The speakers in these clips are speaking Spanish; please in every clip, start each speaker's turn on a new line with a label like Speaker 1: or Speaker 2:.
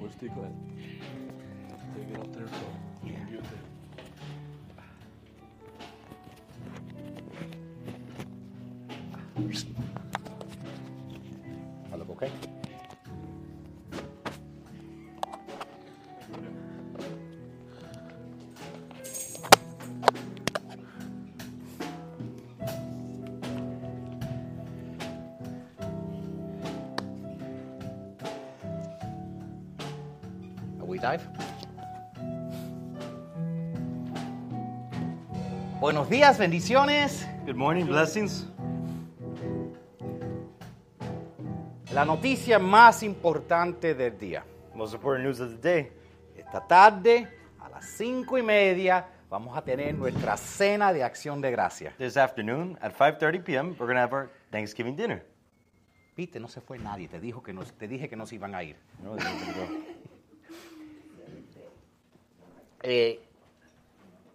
Speaker 1: We'll stick on it. Take it up there so you can get there.
Speaker 2: I look okay? Are we live? Buenos días, bendiciones.
Speaker 3: Good morning, blessings.
Speaker 2: La noticia más importante del día.
Speaker 3: Most important news of the day.
Speaker 2: Esta tarde, a las cinco y media, vamos a tener nuestra cena de acción de gracia.
Speaker 3: This afternoon at 5:30 p.m., we're going to have our Thanksgiving dinner.
Speaker 2: Viste, no se fue nadie, te, dijo que nos, te dije que nos iban a ir.
Speaker 3: No, it's gonna go.
Speaker 2: Eh,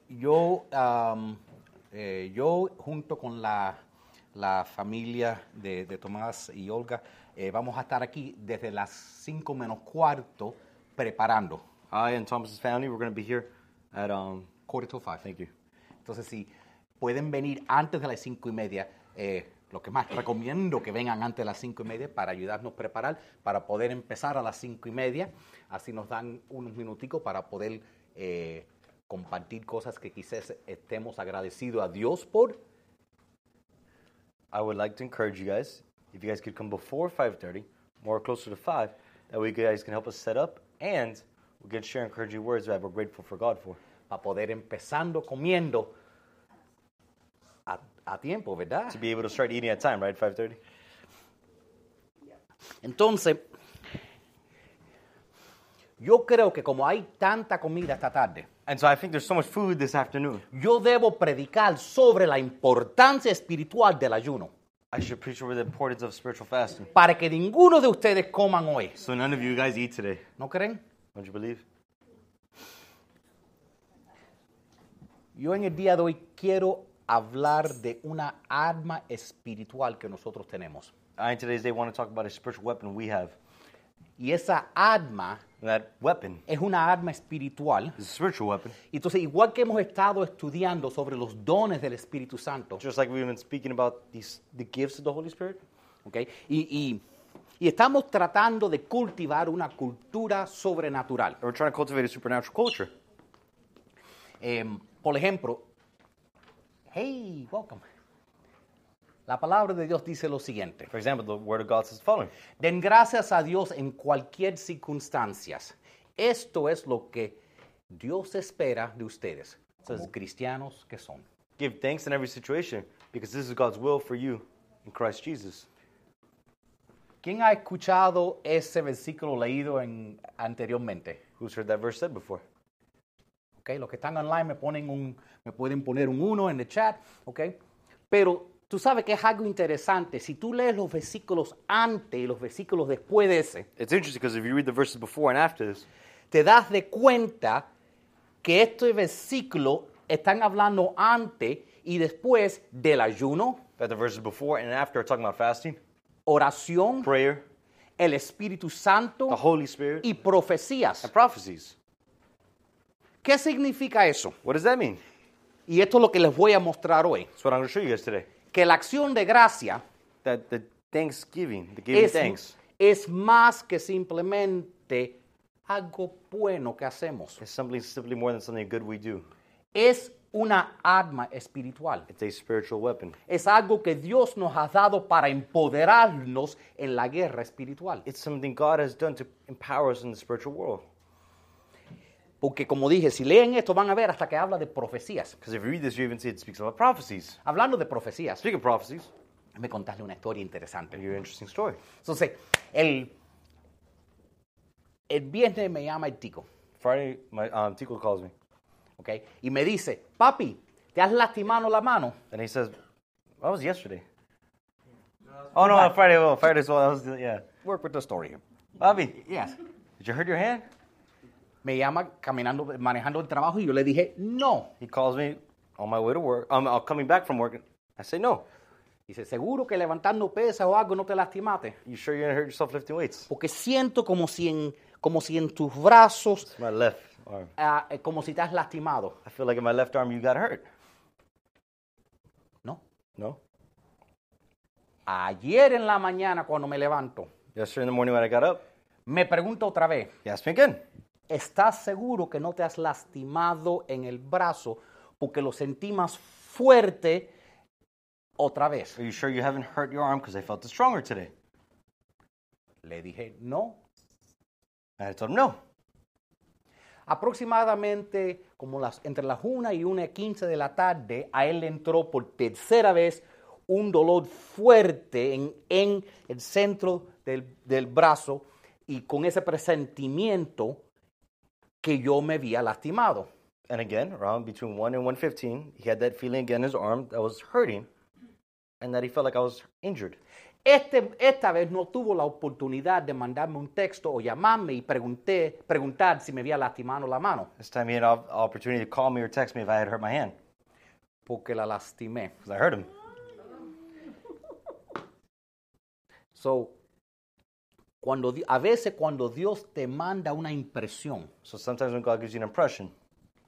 Speaker 2: yo, am, eh, yo, junto con la, la familia de, de Tomás y Olga, eh, vamos a estar aquí desde las cinco menos cuarto preparando.
Speaker 3: I and Thomas's family, we're going to be here at um
Speaker 2: Quarter to five.
Speaker 3: thank you.
Speaker 2: Entonces, si pueden venir antes de las cinco y media, eh, lo que más recomiendo que vengan antes de las cinco y media para ayudarnos a preparar, para poder empezar a las cinco y media. Así nos dan unos minuticos para poder eh, compartir cosas que quizás estemos agradecidos a Dios por.
Speaker 3: I would like to encourage you guys, if you guys could come before 5:30, more closer to 5, that way you guys can help us set up and we can share encouraging words that we're grateful for God for.
Speaker 2: para poder empezando comiendo a, a tiempo, ¿verdad?
Speaker 3: To be able to start eating at time, right? 5:30.
Speaker 2: Entonces, yo creo que como hay tanta comida esta tarde,
Speaker 3: And so I think there's so much food this afternoon.
Speaker 2: yo debo predicar sobre la importancia espiritual del ayuno,
Speaker 3: I should preach over the importance of spiritual fasting.
Speaker 2: para que ninguno de ustedes coman hoy.
Speaker 3: So none of you guys eat today.
Speaker 2: ¿No creen?
Speaker 3: Don't you believe?
Speaker 2: Yo en el día de hoy quiero hablar de una arma espiritual que nosotros tenemos.
Speaker 3: I, in today's day, want to talk about a spiritual weapon we have.
Speaker 2: Y esa arma
Speaker 3: And that weapon
Speaker 2: es una arma espiritual
Speaker 3: is a spiritual weapon.
Speaker 2: Entonces, igual que hemos estado estudiando sobre los dones del Espíritu Santo,
Speaker 3: Just like we've been speaking about these, the gifts of the Holy Spirit,
Speaker 2: ¿ok? y, y- y estamos tratando de cultivar una cultura sobrenatural.
Speaker 3: and we're trying to cultivate a supernatural culture.
Speaker 2: Em, por ejemplo, hey, welcome. La palabra de Dios dice lo siguiente.
Speaker 3: For example, the Word of God says the following
Speaker 2: Den gracias a Dios en cualquier circunstancia. Esto es lo que Dios espera de ustedes, como cristianos que son.
Speaker 3: Give thanks in every situation, because this is God's will for you in Christ Jesus.
Speaker 2: ¿Quién ha escuchado ese versículo leído en- anteriormente?
Speaker 3: Who's heard that verse said before?
Speaker 2: ¿ok? Los que están online me, ponen un, me pueden poner un 1 en el chat, ¿ok? Pero tú sabes que es algo interesante. Si tú lees los versículos antes y los versículos después de ese,
Speaker 3: It's interesting because if you read the verses before and after this,
Speaker 2: te das de cuenta que estos versículos están hablando antes y después del ayuno,
Speaker 3: that the verses before and after are talking about fasting,
Speaker 2: oración,
Speaker 3: prayer,
Speaker 2: el Espíritu Santo
Speaker 3: the Holy Spirit,
Speaker 2: y profecías.
Speaker 3: and prophecies.
Speaker 2: ¿Qué significa eso?
Speaker 3: What does that mean?
Speaker 2: Y esto es lo que les voy a mostrar hoy.
Speaker 3: That's what I'm going to show you guys today.
Speaker 2: Que la acción de gracia
Speaker 3: That the thanksgiving, the giving
Speaker 2: es,
Speaker 3: thanks.
Speaker 2: es más que simplemente algo bueno que hacemos.
Speaker 3: It's something simply more than something good we do.
Speaker 2: Es una arma espiritual.
Speaker 3: It's a spiritual weapon.
Speaker 2: Es algo que Dios nos ha dado para empoderarnos en la guerra espiritual.
Speaker 3: It's something God has done to empower us in the spiritual world.
Speaker 2: Porque como dije, si leen esto van a ver hasta que habla de profecías.
Speaker 3: Because if you read this, you even see it speaks about prophecies.
Speaker 2: Hablando de profecías,
Speaker 3: Speaking of prophecies,
Speaker 2: me contaste una historia
Speaker 3: I
Speaker 2: interesante.
Speaker 3: hear an interesting story.
Speaker 2: Entonces, el, el viernes me llama el tico,
Speaker 3: Friday, my um, Tico calls me
Speaker 2: ¿ok? Y me dice, papi, ¿te has lastimado la mano?
Speaker 3: and he says, "That was yesterday." Oh no, on Friday. Well, Friday as well. That was the- yeah.
Speaker 2: Work with the story.
Speaker 3: Bobby,
Speaker 2: Yes.
Speaker 3: did you hurt your hand?
Speaker 2: me llama caminando, manejando el trabajo y yo le dije no.
Speaker 3: He calls me on my way to work. I'm um, coming back from work. I say, "No,
Speaker 2: Dice, seguro que levantando pesas o algo no te lastimaste.
Speaker 3: you sure you didn't hurt yourself lifting weights?"
Speaker 2: Porque siento como si en, como si en tus brazos,
Speaker 3: It's my left arm.
Speaker 2: ah, eh, como si te has lastimado.
Speaker 3: I feel like in my left arm you got hurt.
Speaker 2: No.
Speaker 3: No?
Speaker 2: Ayer en la mañana cuando me levanto,
Speaker 3: Yesterday in the morning when I got up,
Speaker 2: me pregunto otra vez,
Speaker 3: he asked me again.
Speaker 2: ¿estás seguro que no te has lastimado en el brazo porque lo sentí más fuerte otra vez?
Speaker 3: Are you sure you haven't hurt your arm because I felt it stronger today?
Speaker 2: Le dije, no.
Speaker 3: And I told him no.
Speaker 2: Aproximadamente como las, entre las 1 y 1 y 15 de la tarde, a él le entró por tercera vez un dolor fuerte en, en el centro del, del brazo y con ese presentimiento que yo me había lastimado.
Speaker 3: And again, around between 1 and 115, he had that feeling again in his arm that was hurting and that he felt like I was injured.
Speaker 2: Este- esta vez no tuvo la oportunidad de mandarme un texto o llamarme y pregunté, preguntar si me había lastimado la mano,
Speaker 3: This time he had an op- opportunity to call me or text me if I had hurt my hand
Speaker 2: porque la lastimé.
Speaker 3: because I hurt him.
Speaker 2: So, cuando, di- a veces cuando Dios te manda una impresión,
Speaker 3: So sometimes when God gives you an impression,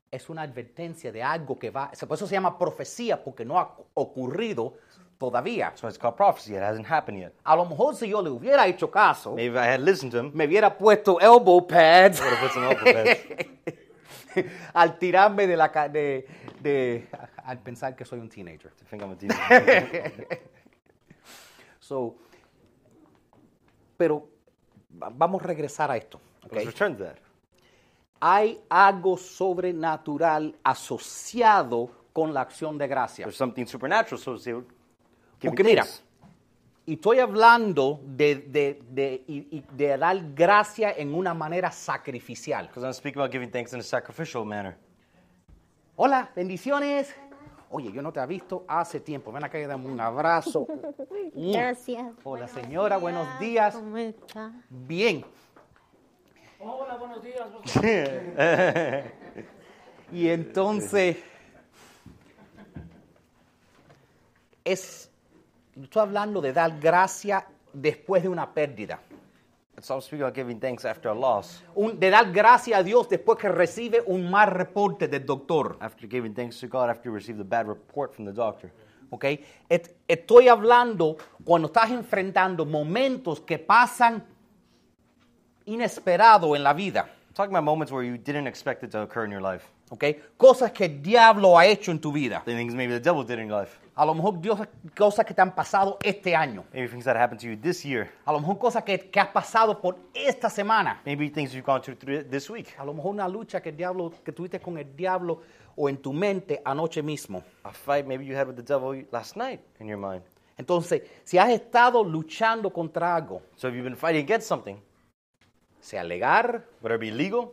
Speaker 2: es una advertencia de algo que va, por eso se llama profecía, porque no ha ocurrido todavía.
Speaker 3: that's why it's called prophecy. It hasn't happened yet.
Speaker 2: A lo mejor si yo le hubiera hecho caso,
Speaker 3: Maybe if I had listened to him,
Speaker 2: me hubiera puesto elbow pads.
Speaker 3: I would have put some elbow pads.
Speaker 2: al tirarme de la ca- de, de- al pensar que soy un teenager.
Speaker 3: I think I'm a demon.
Speaker 2: So, pero va- vamos a regresar a esto. ¿ok?
Speaker 3: Let's return to that.
Speaker 2: Hay algo sobrenatural asociado con la acción de gracia.
Speaker 3: There's something supernatural associated. with
Speaker 2: Porque mira,
Speaker 3: gifts.
Speaker 2: y estoy hablando de, de- de- y- y de dar gracia en una manera sacrificial.
Speaker 3: Because I'm speaking about giving thanks in a sacrificial manner.
Speaker 2: Hola, bendiciones. Oye, yo no te he visto hace tiempo. Ven acá y dame un abrazo. Mm.
Speaker 4: Gracias.
Speaker 2: Hola, señora, buenos días.
Speaker 4: ¿Cómo está?
Speaker 2: Bien.
Speaker 5: Hola, buenos días.
Speaker 2: Y entonces, es, estoy hablando de dar gracia después de una pérdida.
Speaker 3: So I'm speaking about giving thanks after a loss.
Speaker 2: Un- de dar gracia a Dios después que recibe un mal reporte del doctor.
Speaker 3: After giving thanks to God after you receive the bad report from the doctor.
Speaker 2: ¿ok? Et- Estoy hablando cuando estás enfrentando momentos que pasan inesperado en la vida.
Speaker 3: talking about moments where you didn't expect it to occur in your life.
Speaker 2: ¿ok? Cosas que el diablo ha hecho en tu vida.
Speaker 3: The things maybe the devil did in your life.
Speaker 2: A lo mejor Dios, cosas que te han pasado este año.
Speaker 3: Maybe things that happened to you this year.
Speaker 2: A lo mejor cosas que, que has pasado por esta semana.
Speaker 3: Maybe things you've gone through, through this week.
Speaker 2: A lo mejor una lucha que, el diablo, que tuviste con el diablo o en tu mente anoche mismo.
Speaker 3: A fight maybe you had with the devil last night in your mind.
Speaker 2: Entonces, si has estado luchando contra algo,
Speaker 3: So if you've been fighting against something,
Speaker 2: sea legal,
Speaker 3: whether it be legal,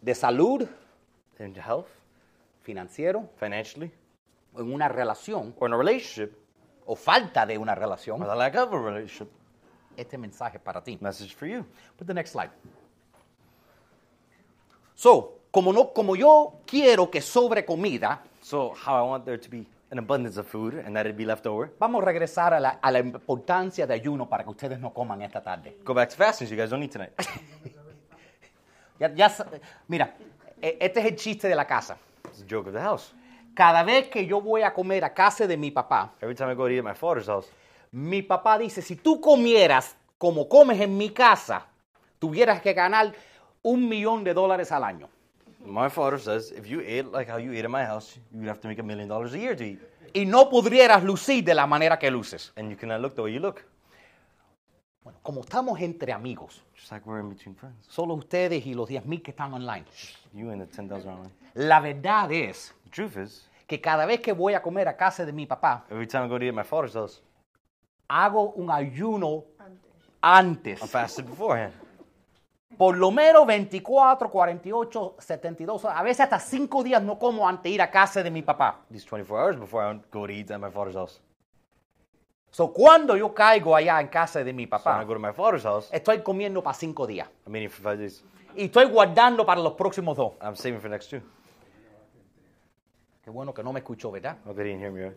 Speaker 2: de salud,
Speaker 3: in health,
Speaker 2: financiero,
Speaker 3: financially,
Speaker 2: o en una relación,
Speaker 3: or in a relationship,
Speaker 2: o falta de una
Speaker 3: or
Speaker 2: relación,
Speaker 3: the lack of a relationship,
Speaker 2: este mensaje es para ti.
Speaker 3: message for you.
Speaker 2: Put the next slide. So, como, no, como yo quiero que sobre comida,
Speaker 3: So how I want there to be an abundance of food and that it be left over.
Speaker 2: vamos a regresar a la, a la importancia de ayuno para que ustedes no coman esta tarde.
Speaker 3: Go back to fasting so you guys don't eat tonight.
Speaker 2: Ya, ya sa- mira, e- este es el chiste de la casa.
Speaker 3: It's a joke of the house.
Speaker 2: Cada vez que yo voy a comer a casa de mi papá,
Speaker 3: Every time I go to eat at my father's house,
Speaker 2: mi papá dice, si tú comieras como comes en mi casa, tuvieras que ganar un millón de dólares al año.
Speaker 3: My father says if you ate like how you ate at my house, you'd have to make a million dollars a year to eat.
Speaker 2: Y no pudieras lucir de la manera que luces.
Speaker 3: And you cannot look the way you look.
Speaker 2: Bueno, como estamos entre amigos,
Speaker 3: Just like we're in between friends.
Speaker 2: solo ustedes y los 10.000 que están online.
Speaker 3: You and the 10,000 online.
Speaker 2: La verdad es
Speaker 3: The truth is,
Speaker 2: que cada vez que voy a comer a casa de mi papá,
Speaker 3: every time I go to eat at my father's house,
Speaker 2: hago un ayuno antes.
Speaker 3: I'm fasted beforehand.
Speaker 2: Por lo menos 24, 48, 72, a veces hasta 5 días no como antes de ir a casa de mi papá.
Speaker 3: At least 24 hours before I go to eat at my father's house.
Speaker 2: So, cuando yo caigo allá en casa de mi
Speaker 3: So when I
Speaker 2: papá,
Speaker 3: go to my father's house,
Speaker 2: estoy comiendo para 5 días.
Speaker 3: I'm eating for five days.
Speaker 2: Y estoy guardando para los próximos dos.
Speaker 3: I'm saving for next two.
Speaker 2: Qué bueno que no me escuchó, ¿verdad?
Speaker 3: Hope they didn't hear me right.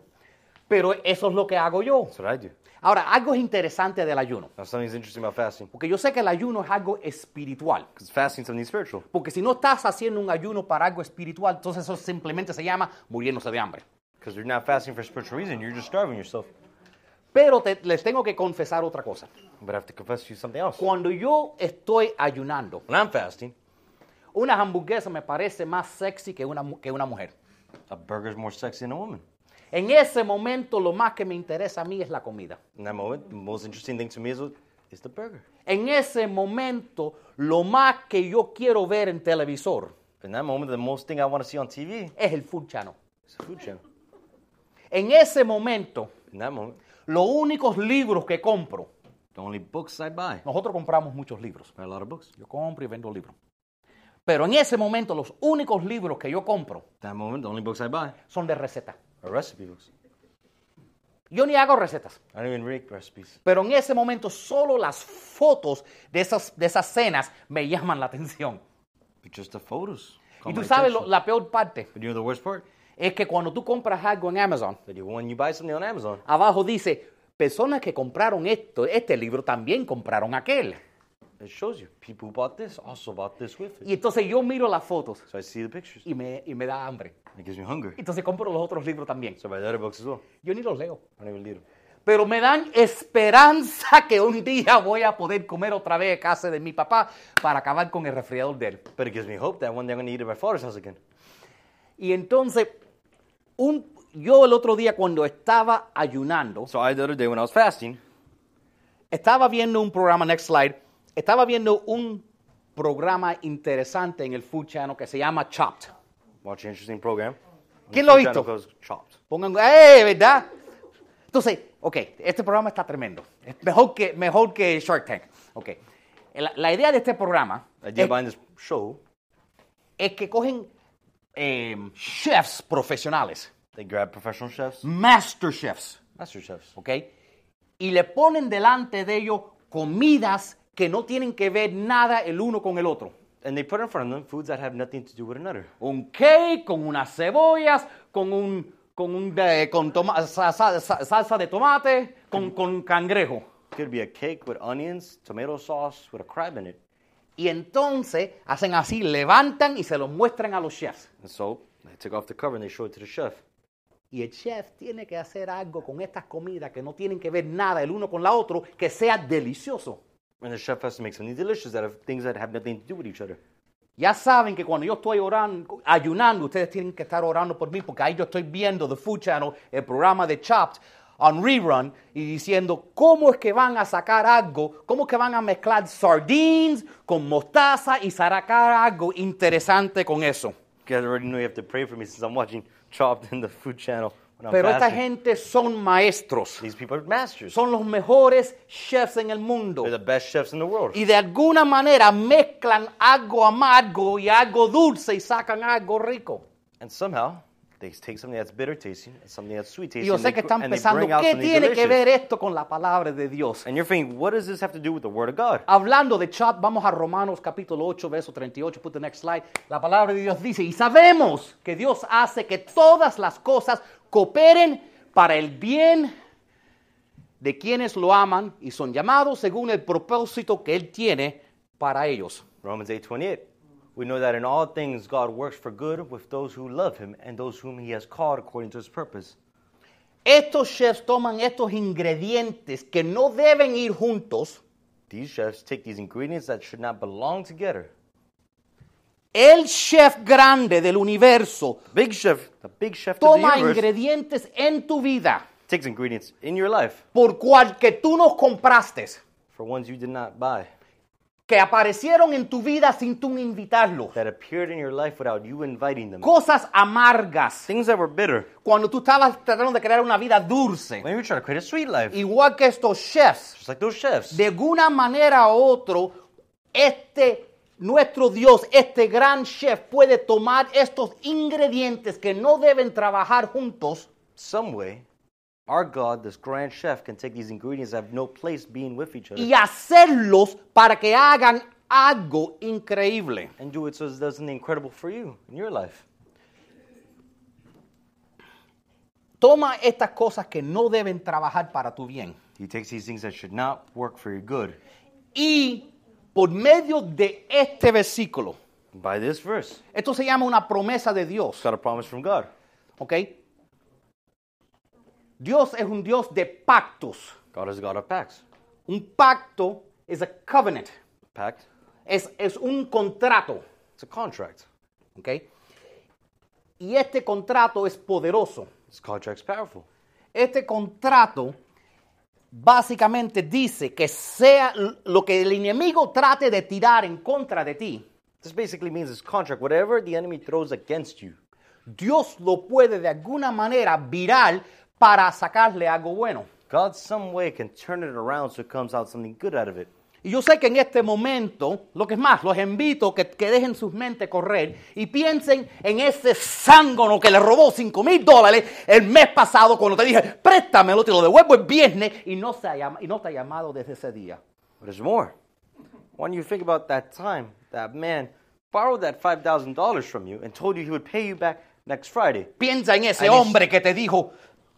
Speaker 2: Pero eso es lo que hago yo.
Speaker 3: That's what I do.
Speaker 2: Ahora, algo es interesante del ayuno,
Speaker 3: Now, something's interesting about fasting
Speaker 2: porque yo sé que el ayuno es algo espiritual.
Speaker 3: because fasting something spiritual.
Speaker 2: Porque si no estás haciendo un ayuno para algo espiritual, entonces eso simplemente se llama muriéndose de hambre.
Speaker 3: Because you're not fasting for a spiritual reason, you're just starving yourself.
Speaker 2: Pero te- les tengo que confesar otra cosa.
Speaker 3: But I have to confess to you something else.
Speaker 2: Cuando yo estoy ayunando,
Speaker 3: When I'm fasting,
Speaker 2: una hamburguesa me parece más sexy que una, mu- que una mujer.
Speaker 3: a burger's more sexy than a woman.
Speaker 2: En ese momento lo más que me interesa a mí es la comida.
Speaker 3: In that moment, the most interesting thing to me is, what- is the burger.
Speaker 2: En ese momento lo más que yo quiero ver en televisor
Speaker 3: In that moment, the most thing I want to see on TV
Speaker 2: es el food channel.
Speaker 3: is the food channel.
Speaker 2: En ese momento
Speaker 3: In that moment,
Speaker 2: los únicos libros que compro,
Speaker 3: the only books I buy
Speaker 2: nosotros compramos muchos libros.
Speaker 3: are a lot of books.
Speaker 2: Yo compro y vendo libros. Pero en ese momento los únicos libros que yo compro
Speaker 3: That moment, the only books I buy
Speaker 2: son de recetas.
Speaker 3: are recipe books.
Speaker 2: Yo ni hago recetas.
Speaker 3: I don't even read recipes.
Speaker 2: Pero en ese momento solo las fotos de esas, de esas cenas me llaman la atención.
Speaker 3: But just the photos. call
Speaker 2: Y
Speaker 3: my
Speaker 2: tú sabes lo-
Speaker 3: attention.
Speaker 2: la peor parte.
Speaker 3: But you know the worst part?
Speaker 2: Es que cuando tú compras algo en Amazon,
Speaker 3: That you, when you buy something on Amazon,
Speaker 2: abajo dice, personas que compraron esto, este libro también compraron aquel.
Speaker 3: it shows you people who bought this also bought this with it.
Speaker 2: Y entonces yo miro las fotos
Speaker 3: So I see the pictures.
Speaker 2: y me, y me da hambre.
Speaker 3: It gives me hunger.
Speaker 2: Entonces compro los otros libros también.
Speaker 3: So I buy the other books as well.
Speaker 2: Yo ni los leo.
Speaker 3: I don't even read them.
Speaker 2: Pero me dan esperanza que un día voy a poder comer otra vez a casa de mi papá para acabar con el resfriador de él.
Speaker 3: But it gives me hope that one day I'm going to eat at my father's house again.
Speaker 2: Y entonces, un- yo el otro día cuando estaba ayunando,
Speaker 3: So I, the other day when I was fasting,
Speaker 2: estaba viendo un programa, next slide, estaba viendo un programa interesante en el Food Channel que se llama Chopped.
Speaker 3: watch an interesting program.
Speaker 2: Oh. ¿Quién lo ha
Speaker 3: Food channel
Speaker 2: visto?
Speaker 3: goes chopped.
Speaker 2: Pongan, ¡eh, verdad! Entonces, ok, este programa está tremendo. Es mejor que, mejor que Shark Tank. Ok. La, la idea de este programa
Speaker 3: I did
Speaker 2: es,
Speaker 3: buy this show.
Speaker 2: es que cogen eh, chefs profesionales,
Speaker 3: They grab professional chefs,
Speaker 2: master chefs,
Speaker 3: master chefs.
Speaker 2: ¿ok? Y le ponen delante de ellos comidas que no tienen que ver nada el uno con el otro.
Speaker 3: And they put in front of them foods that have nothing to do with another.
Speaker 2: Un cake con unas cebollas, con un con un de- con toma- sa- sa- sa- salsa de tomate, con, con cangrejo.
Speaker 3: Could be a cake with onions, tomato sauce, with a crab in it.
Speaker 2: Y entonces hacen así, levantan y se los muestran a los chefs.
Speaker 3: And so they take off the cover and they show it to the chef.
Speaker 2: Y el chef tiene que hacer algo con estas comidas que no tienen que ver nada el uno con la otro, que sea delicioso.
Speaker 3: And the chef has to make something delicious out of things that have nothing to do with each other.
Speaker 2: Ya saben que cuando yo estoy orando, ayunando, ustedes tienen que estar orando por mí, porque ahí yo estoy viendo The Food Channel, el programa de Chopped, on rerun, y diciendo cómo es que van a sacar algo, cómo es que van a mezclar sardines con mostaza y sacar algo interesante con eso.
Speaker 3: You guys already know you have to pray for me since I'm watching Chopped in the Food Channel when I'm
Speaker 2: Pero esta
Speaker 3: fasting.
Speaker 2: gente son maestros,
Speaker 3: These people are masters.
Speaker 2: son los mejores chefs en el mundo.
Speaker 3: They're the best chefs in the world.
Speaker 2: Y de alguna manera mezclan algo amargo y algo dulce y sacan algo rico.
Speaker 3: And somehow, they take something that's bitter tasting and something that's sweet
Speaker 2: Y
Speaker 3: tasting.
Speaker 2: yo
Speaker 3: and
Speaker 2: sé
Speaker 3: they
Speaker 2: que
Speaker 3: gr-
Speaker 2: están
Speaker 3: and they
Speaker 2: pensando,
Speaker 3: bring out
Speaker 2: ¿qué
Speaker 3: something
Speaker 2: tiene que
Speaker 3: delicious.
Speaker 2: ver esto con la palabra de Dios?
Speaker 3: And you're thinking, what does this have to do with the Word of God?
Speaker 2: Hablando de chat, vamos a Romanos capítulo 8, verso 38, put the next slide. La palabra de Dios dice, y sabemos que Dios hace que todas las cosas cooperen para el bien de quienes lo aman y son llamados según el propósito que Él tiene para ellos.
Speaker 3: Romans 8:28. We know that in all things God works for good with those who love him and those whom he has called according to his purpose.
Speaker 2: Estos chefs toman estos ingredientes que no deben ir juntos.
Speaker 3: These chefs take these ingredients that should not belong together.
Speaker 2: El chef grande del universo
Speaker 3: Big chef, the big chef of the
Speaker 2: Toma
Speaker 3: universe,
Speaker 2: ingredientes en tu vida
Speaker 3: takes ingredients in your life
Speaker 2: por cual que tú nos compraste,
Speaker 3: for ones you did not buy
Speaker 2: que aparecieron en tu vida sin tú invitarlos.
Speaker 3: that appeared in your life without you inviting them.
Speaker 2: Cosas amargas,
Speaker 3: Things that were bitter.
Speaker 2: cuando tú estabas tratando de crear una vida dulce.
Speaker 3: When you're trying to create a sweet life,
Speaker 2: Igual que estos chefs,
Speaker 3: just like those chefs.
Speaker 2: de alguna manera u otro, este nuestro Dios, este gran chef puede tomar estos ingredientes que no deben trabajar juntos
Speaker 3: Some way, our God, this grand chef, can take these ingredients that have no place being with each other
Speaker 2: y hacerlos para que hagan algo increíble.
Speaker 3: and do it so it does something incredible for you in your life.
Speaker 2: toma estas cosas que no deben trabajar para tu bien
Speaker 3: He takes these things that should not work for your good.
Speaker 2: y por medio de este versículo,
Speaker 3: By this verse,
Speaker 2: esto se llama una promesa de Dios.
Speaker 3: it's got a promise from God.
Speaker 2: ¿Ok? Dios es un Dios de pactos.
Speaker 3: God is a God of pacts.
Speaker 2: Un pacto es a covenant.
Speaker 3: Pact.
Speaker 2: Es, es un contrato.
Speaker 3: It's a contract.
Speaker 2: ¿Ok? Y este contrato es poderoso.
Speaker 3: This contract's powerful.
Speaker 2: Este contrato básicamente dice que sea l- lo que el enemigo trate de tirar en contra de ti,
Speaker 3: This basically means this contract, whatever the enemy throws against you,
Speaker 2: Dios lo puede de alguna manera virar para sacarle algo bueno.
Speaker 3: God some way can turn it around so it comes out something good out of it.
Speaker 2: Y yo sé que en este momento, lo que es más, los invito que, que dejen sus mentes correr y piensen en ese zángano que le robó 5 mil dólares el mes pasado cuando te dije, préstamelo, te lo devuelvo el viernes y no, se ha llama- y no te ha llamado desde ese día.
Speaker 3: But there's more. When you think about that time, that man borrowed that $5,000 from you and told you he would pay you back next Friday,
Speaker 2: Piensa en ese
Speaker 3: Ahí es.
Speaker 2: hombre que te dijo,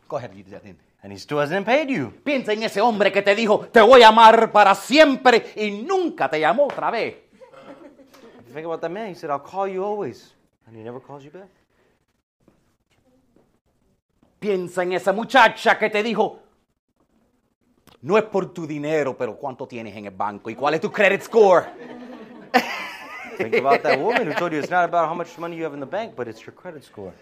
Speaker 2: coge el billete.
Speaker 3: and he still hasn't paid you.
Speaker 2: Piensa en ese hombre que te dijo, te voy a amar para siempre y nunca te llamó otra vez.
Speaker 3: If you think about that man, he said, I'll call you always, and he never calls you back.
Speaker 2: Piensa en esa muchacha que te dijo, no es por tu dinero, pero cuánto tienes en el banco y cuál es tu credit score.
Speaker 3: Think about that woman who told you it's not about how much money you have in the bank, but it's your credit score.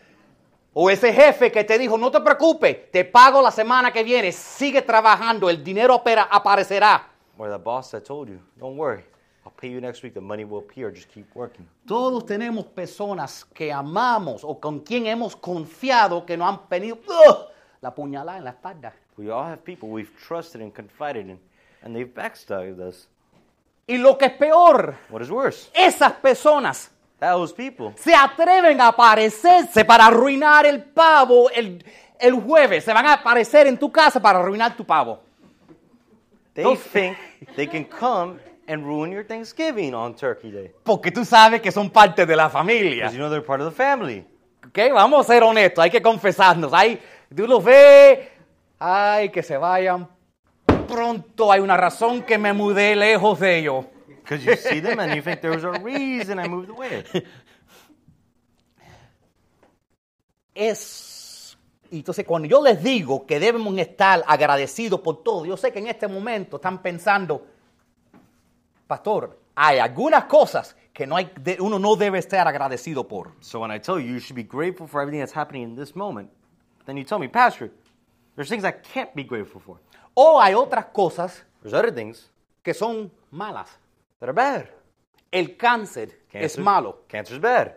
Speaker 2: O ese jefe que te dijo, no te preocupes, te pago la semana que viene, sigue trabajando, el dinero apera- aparecerá.
Speaker 3: Or that boss that told you, don't worry, I'll pay you next week, the money will appear, just keep working.
Speaker 2: Todos tenemos personas que amamos o con quien hemos confiado que nos han pedido ¡Ugh! la puñalada en la espalda.
Speaker 3: We all have people we've trusted and confided in, and they've backstabbed us.
Speaker 2: Y lo que es peor,
Speaker 3: What is worse?
Speaker 2: esas personas
Speaker 3: Those people.
Speaker 2: se atreven a aparecerse para arruinar el pavo el, el jueves. Se van a aparecer en tu casa para arruinar tu pavo.
Speaker 3: They
Speaker 2: Those-
Speaker 3: think they can come and ruin your Thanksgiving on Turkey Day.
Speaker 2: Porque tú sabes que son parte de la familia.
Speaker 3: Because you know they're part of the family.
Speaker 2: Pues Ok, vamos a ser honestos, hay que confesarnos. Hay, tú los ves, ay, que se vayan pronto. Hay una razón que me mudé lejos de ellos.
Speaker 3: Because you see them and you think there was a reason I moved away.
Speaker 2: Es. y Entonces, cuando yo les digo que debemos estar agradecidos por todo, yo sé que en este momento están pensando, pastor, hay algunas cosas que no hay, de- uno no debe estar agradecido por.
Speaker 3: So when I tell you you should be grateful for everything that's happening in this moment, then you tell me, Pastor, there's things I can't be grateful for.
Speaker 2: O hay otras cosas
Speaker 3: There's other things
Speaker 2: que son malas.
Speaker 3: that are bad.
Speaker 2: El cáncer es malo.
Speaker 3: Cancer's bad.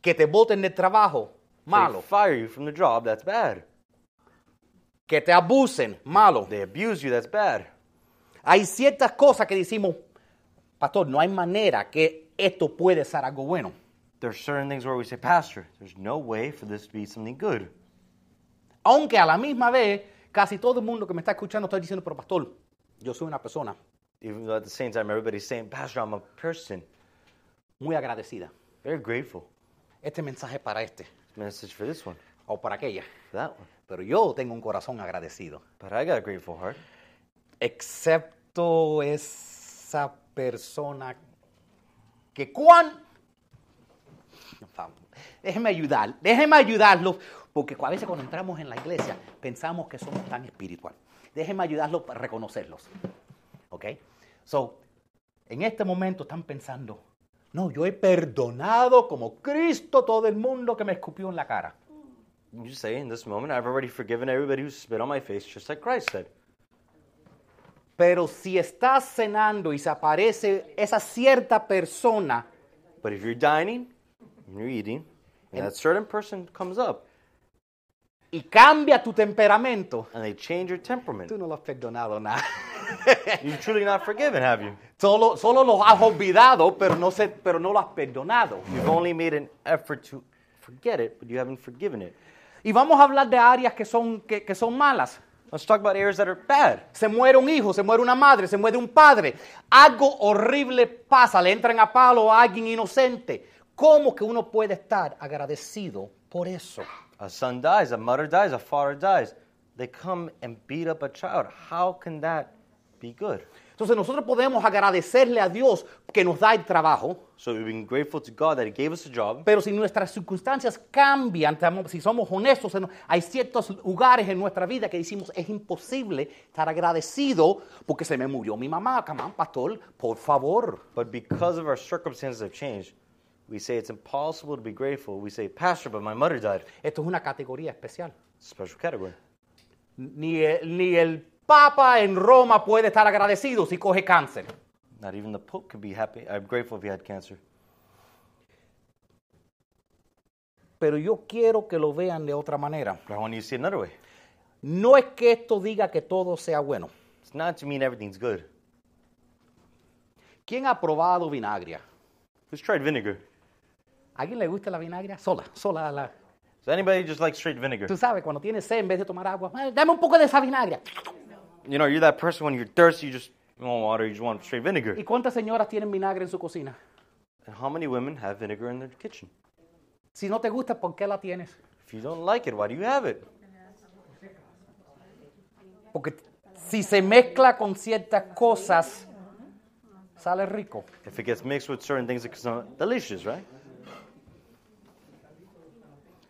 Speaker 2: Que te boten del trabajo,
Speaker 3: They
Speaker 2: malo.
Speaker 3: fire you from the job, that's bad.
Speaker 2: Que te abusen, malo.
Speaker 3: They abuse you, that's bad.
Speaker 2: Hay ciertas cosas que decimos, pastor, no hay manera que esto puede ser algo bueno.
Speaker 3: There's certain things where we say, Pastor, there's no way for this to be something good.
Speaker 2: Aunque a la misma vez, casi todo el mundo que me está escuchando está diciendo, pero pastor, yo soy una persona
Speaker 3: Even though at the same time everybody's saying, Pastor, I'm a person.
Speaker 2: muy agradecida.
Speaker 3: Very grateful.
Speaker 2: Este mensaje es para este
Speaker 3: Message for this one,
Speaker 2: o para aquella.
Speaker 3: for that one.
Speaker 2: Pero yo tengo un corazón agradecido.
Speaker 3: But I got a grateful heart.
Speaker 2: Excepto esa persona que cuán... Déjeme ayudar, déjeme ayudarlos, porque a veces cuando entramos en la iglesia pensamos que somos tan espiritual. Déjeme ayudarlos para reconocerlos. ¿Ok? So, en este momento están pensando, no, yo he perdonado como Cristo todo el mundo que me escupió en la cara.
Speaker 3: You say, in this moment, I've already forgiven everybody who spit on my face, just like Christ said.
Speaker 2: Pero si estás cenando y se aparece esa cierta persona
Speaker 3: But if you're dining and you're eating, and, that certain person comes up
Speaker 2: y cambia tu temperamento,
Speaker 3: and they change your temperament,
Speaker 2: tú no lo has perdonado nada.
Speaker 3: you're truly not forgiven, have you?
Speaker 2: Solo, solo los has olvidado, pero no, se, pero no lo has perdonado.
Speaker 3: You've only made an effort to forget it, but you haven't forgiven it.
Speaker 2: Y vamos a hablar de áreas que son, que, que son malas.
Speaker 3: Let's talk about areas that are bad.
Speaker 2: Se muere un hijo, se muere una madre, se muere un padre. Algo horrible pasa, le entran a palo a alguien inocente. ¿Cómo que uno puede estar agradecido por eso?
Speaker 3: A A son dies, a mother dies, a father dies. They come and beat up a child. How can that be good?
Speaker 2: Entonces nosotros podemos agradecerle a Dios que nos da el trabajo,
Speaker 3: So we've been grateful to God that He gave us a job.
Speaker 2: pero si nuestras circunstancias cambian, tamo- si somos honestos, en- hay ciertos lugares en nuestra vida que decimos es imposible estar agradecido porque se me murió mi mamá, camán, pastor, por favor.
Speaker 3: But because of our circumstances have changed, we say it's impossible to be grateful. We say, Pastor, but my mother died.
Speaker 2: Esto es una categoría especial.
Speaker 3: Special category.
Speaker 2: Ni el, ni el Papa en Roma puede estar agradecido si coge cáncer.
Speaker 3: Not even the Pope could be happy. I'm grateful if he had cancer.
Speaker 2: Pero yo quiero que lo vean de otra manera.
Speaker 3: But I want you to see it another way.
Speaker 2: No es que esto diga que todo sea bueno.
Speaker 3: It's not to mean everything's good.
Speaker 2: ¿Quién ha probado vinagre?
Speaker 3: Who's tried vinegar?
Speaker 2: ¿A alguien le gusta la vinagre? Sola, sola. La...
Speaker 3: Does anybody just like straight vinegar?
Speaker 2: Tú sabes, cuando tienes sed, en vez de tomar agua, "Ay, dame un poco de esa vinagre.
Speaker 3: You know, you're that person when you're thirsty, you just you want water, you just want straight vinegar.
Speaker 2: ¿Y cuántas señoras tienen vinagre en su cocina?
Speaker 3: And how many women have vinegar in their kitchen?
Speaker 2: Si no te gusta, ¿por qué la tienes?
Speaker 3: If you don't like it, why do you have it?
Speaker 2: Porque si se mezcla con ciertas cosas, sale rico.
Speaker 3: If it gets mixed with certain things, it's not delicious, right?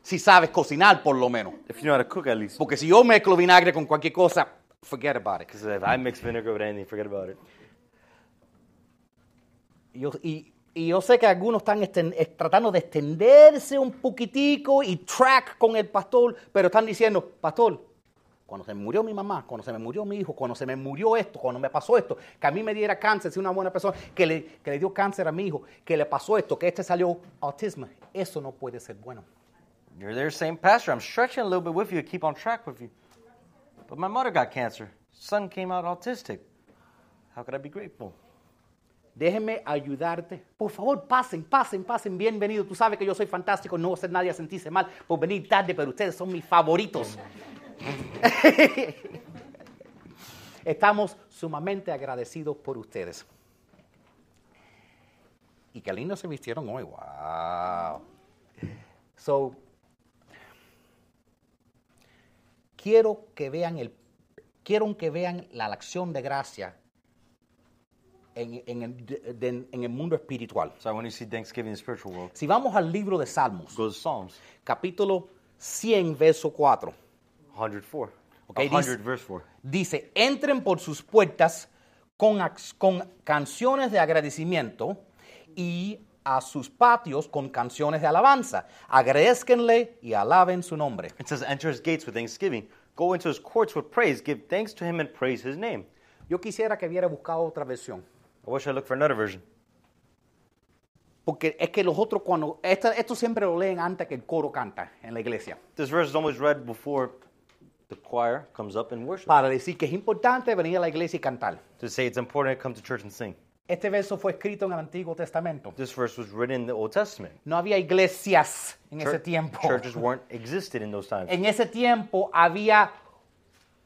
Speaker 2: Si sabes cocinar, por lo menos.
Speaker 3: If you know how to cook, at least.
Speaker 2: Porque si yo mezclo vinagre con cualquier cosa, forget about it.
Speaker 3: Because if I mix vinegar with anything, forget about it.
Speaker 2: Yo- y, y yo sé que algunos están esten- eh, tratando de extenderse un poquitico y track con el pastor, pero están diciendo, pastor, cuando se me murió mi mamá, cuando se me murió mi hijo, cuando se me murió esto, cuando me pasó esto, que a mí me diera cáncer, si una buena persona, que le, que le dio cáncer a mi hijo, que le pasó esto, que este salió autismo, eso no puede ser bueno.
Speaker 3: You're there, same pastor. I'm stretching a little bit with you, keep on track with you. But my mother got cancer. Son came out autistic. How could I be grateful?
Speaker 2: Déjeme ayudarte. Por favor, pasen, pasen, pasen. Bienvenido. Tú sabes que yo soy fantástico. No va a ser nadie a sentirse mal por venir tarde, pero ustedes son mis favoritos. Estamos sumamente agradecidos por ustedes. Y qué lindo se vistieron hoy. Wow. So, quiero que vean el, quiero que vean la acción de gracia en, en el, de- de- en el mundo espiritual.
Speaker 3: So I want you to see Thanksgiving in the spiritual world.
Speaker 2: Si vamos al libro de Salmos,
Speaker 3: Goes to Psalms
Speaker 2: capítulo 100, verso 4,
Speaker 3: 104.
Speaker 2: Okay,
Speaker 3: 100
Speaker 2: these-
Speaker 3: verse 4.
Speaker 2: dice, entren por sus puertas con, ac- con canciones de agradecimiento y a sus patios con canciones de alabanza. Agradezcanle y alaben su nombre.
Speaker 3: It says, Enter his gates with thanksgiving, go into his courts with praise, give thanks to him and praise his name.
Speaker 2: Yo quisiera que hubiera buscado otra versión.
Speaker 3: I wish I looked for another version.
Speaker 2: Porque es que los otros cuando... esta- esto siempre lo leen antes que el coro canta en la iglesia.
Speaker 3: This verse is always read before the choir comes up and worship.
Speaker 2: Para decir que es importante venir a la iglesia y cantar.
Speaker 3: To say it's important to come to church and sing.
Speaker 2: Este verso fue escrito en el Antiguo Testamento.
Speaker 3: This verse was written in the Old Testament.
Speaker 2: No había iglesias en ese
Speaker 3: Church-
Speaker 2: tiempo.
Speaker 3: Churches weren't existed in those times.
Speaker 2: En ese tiempo había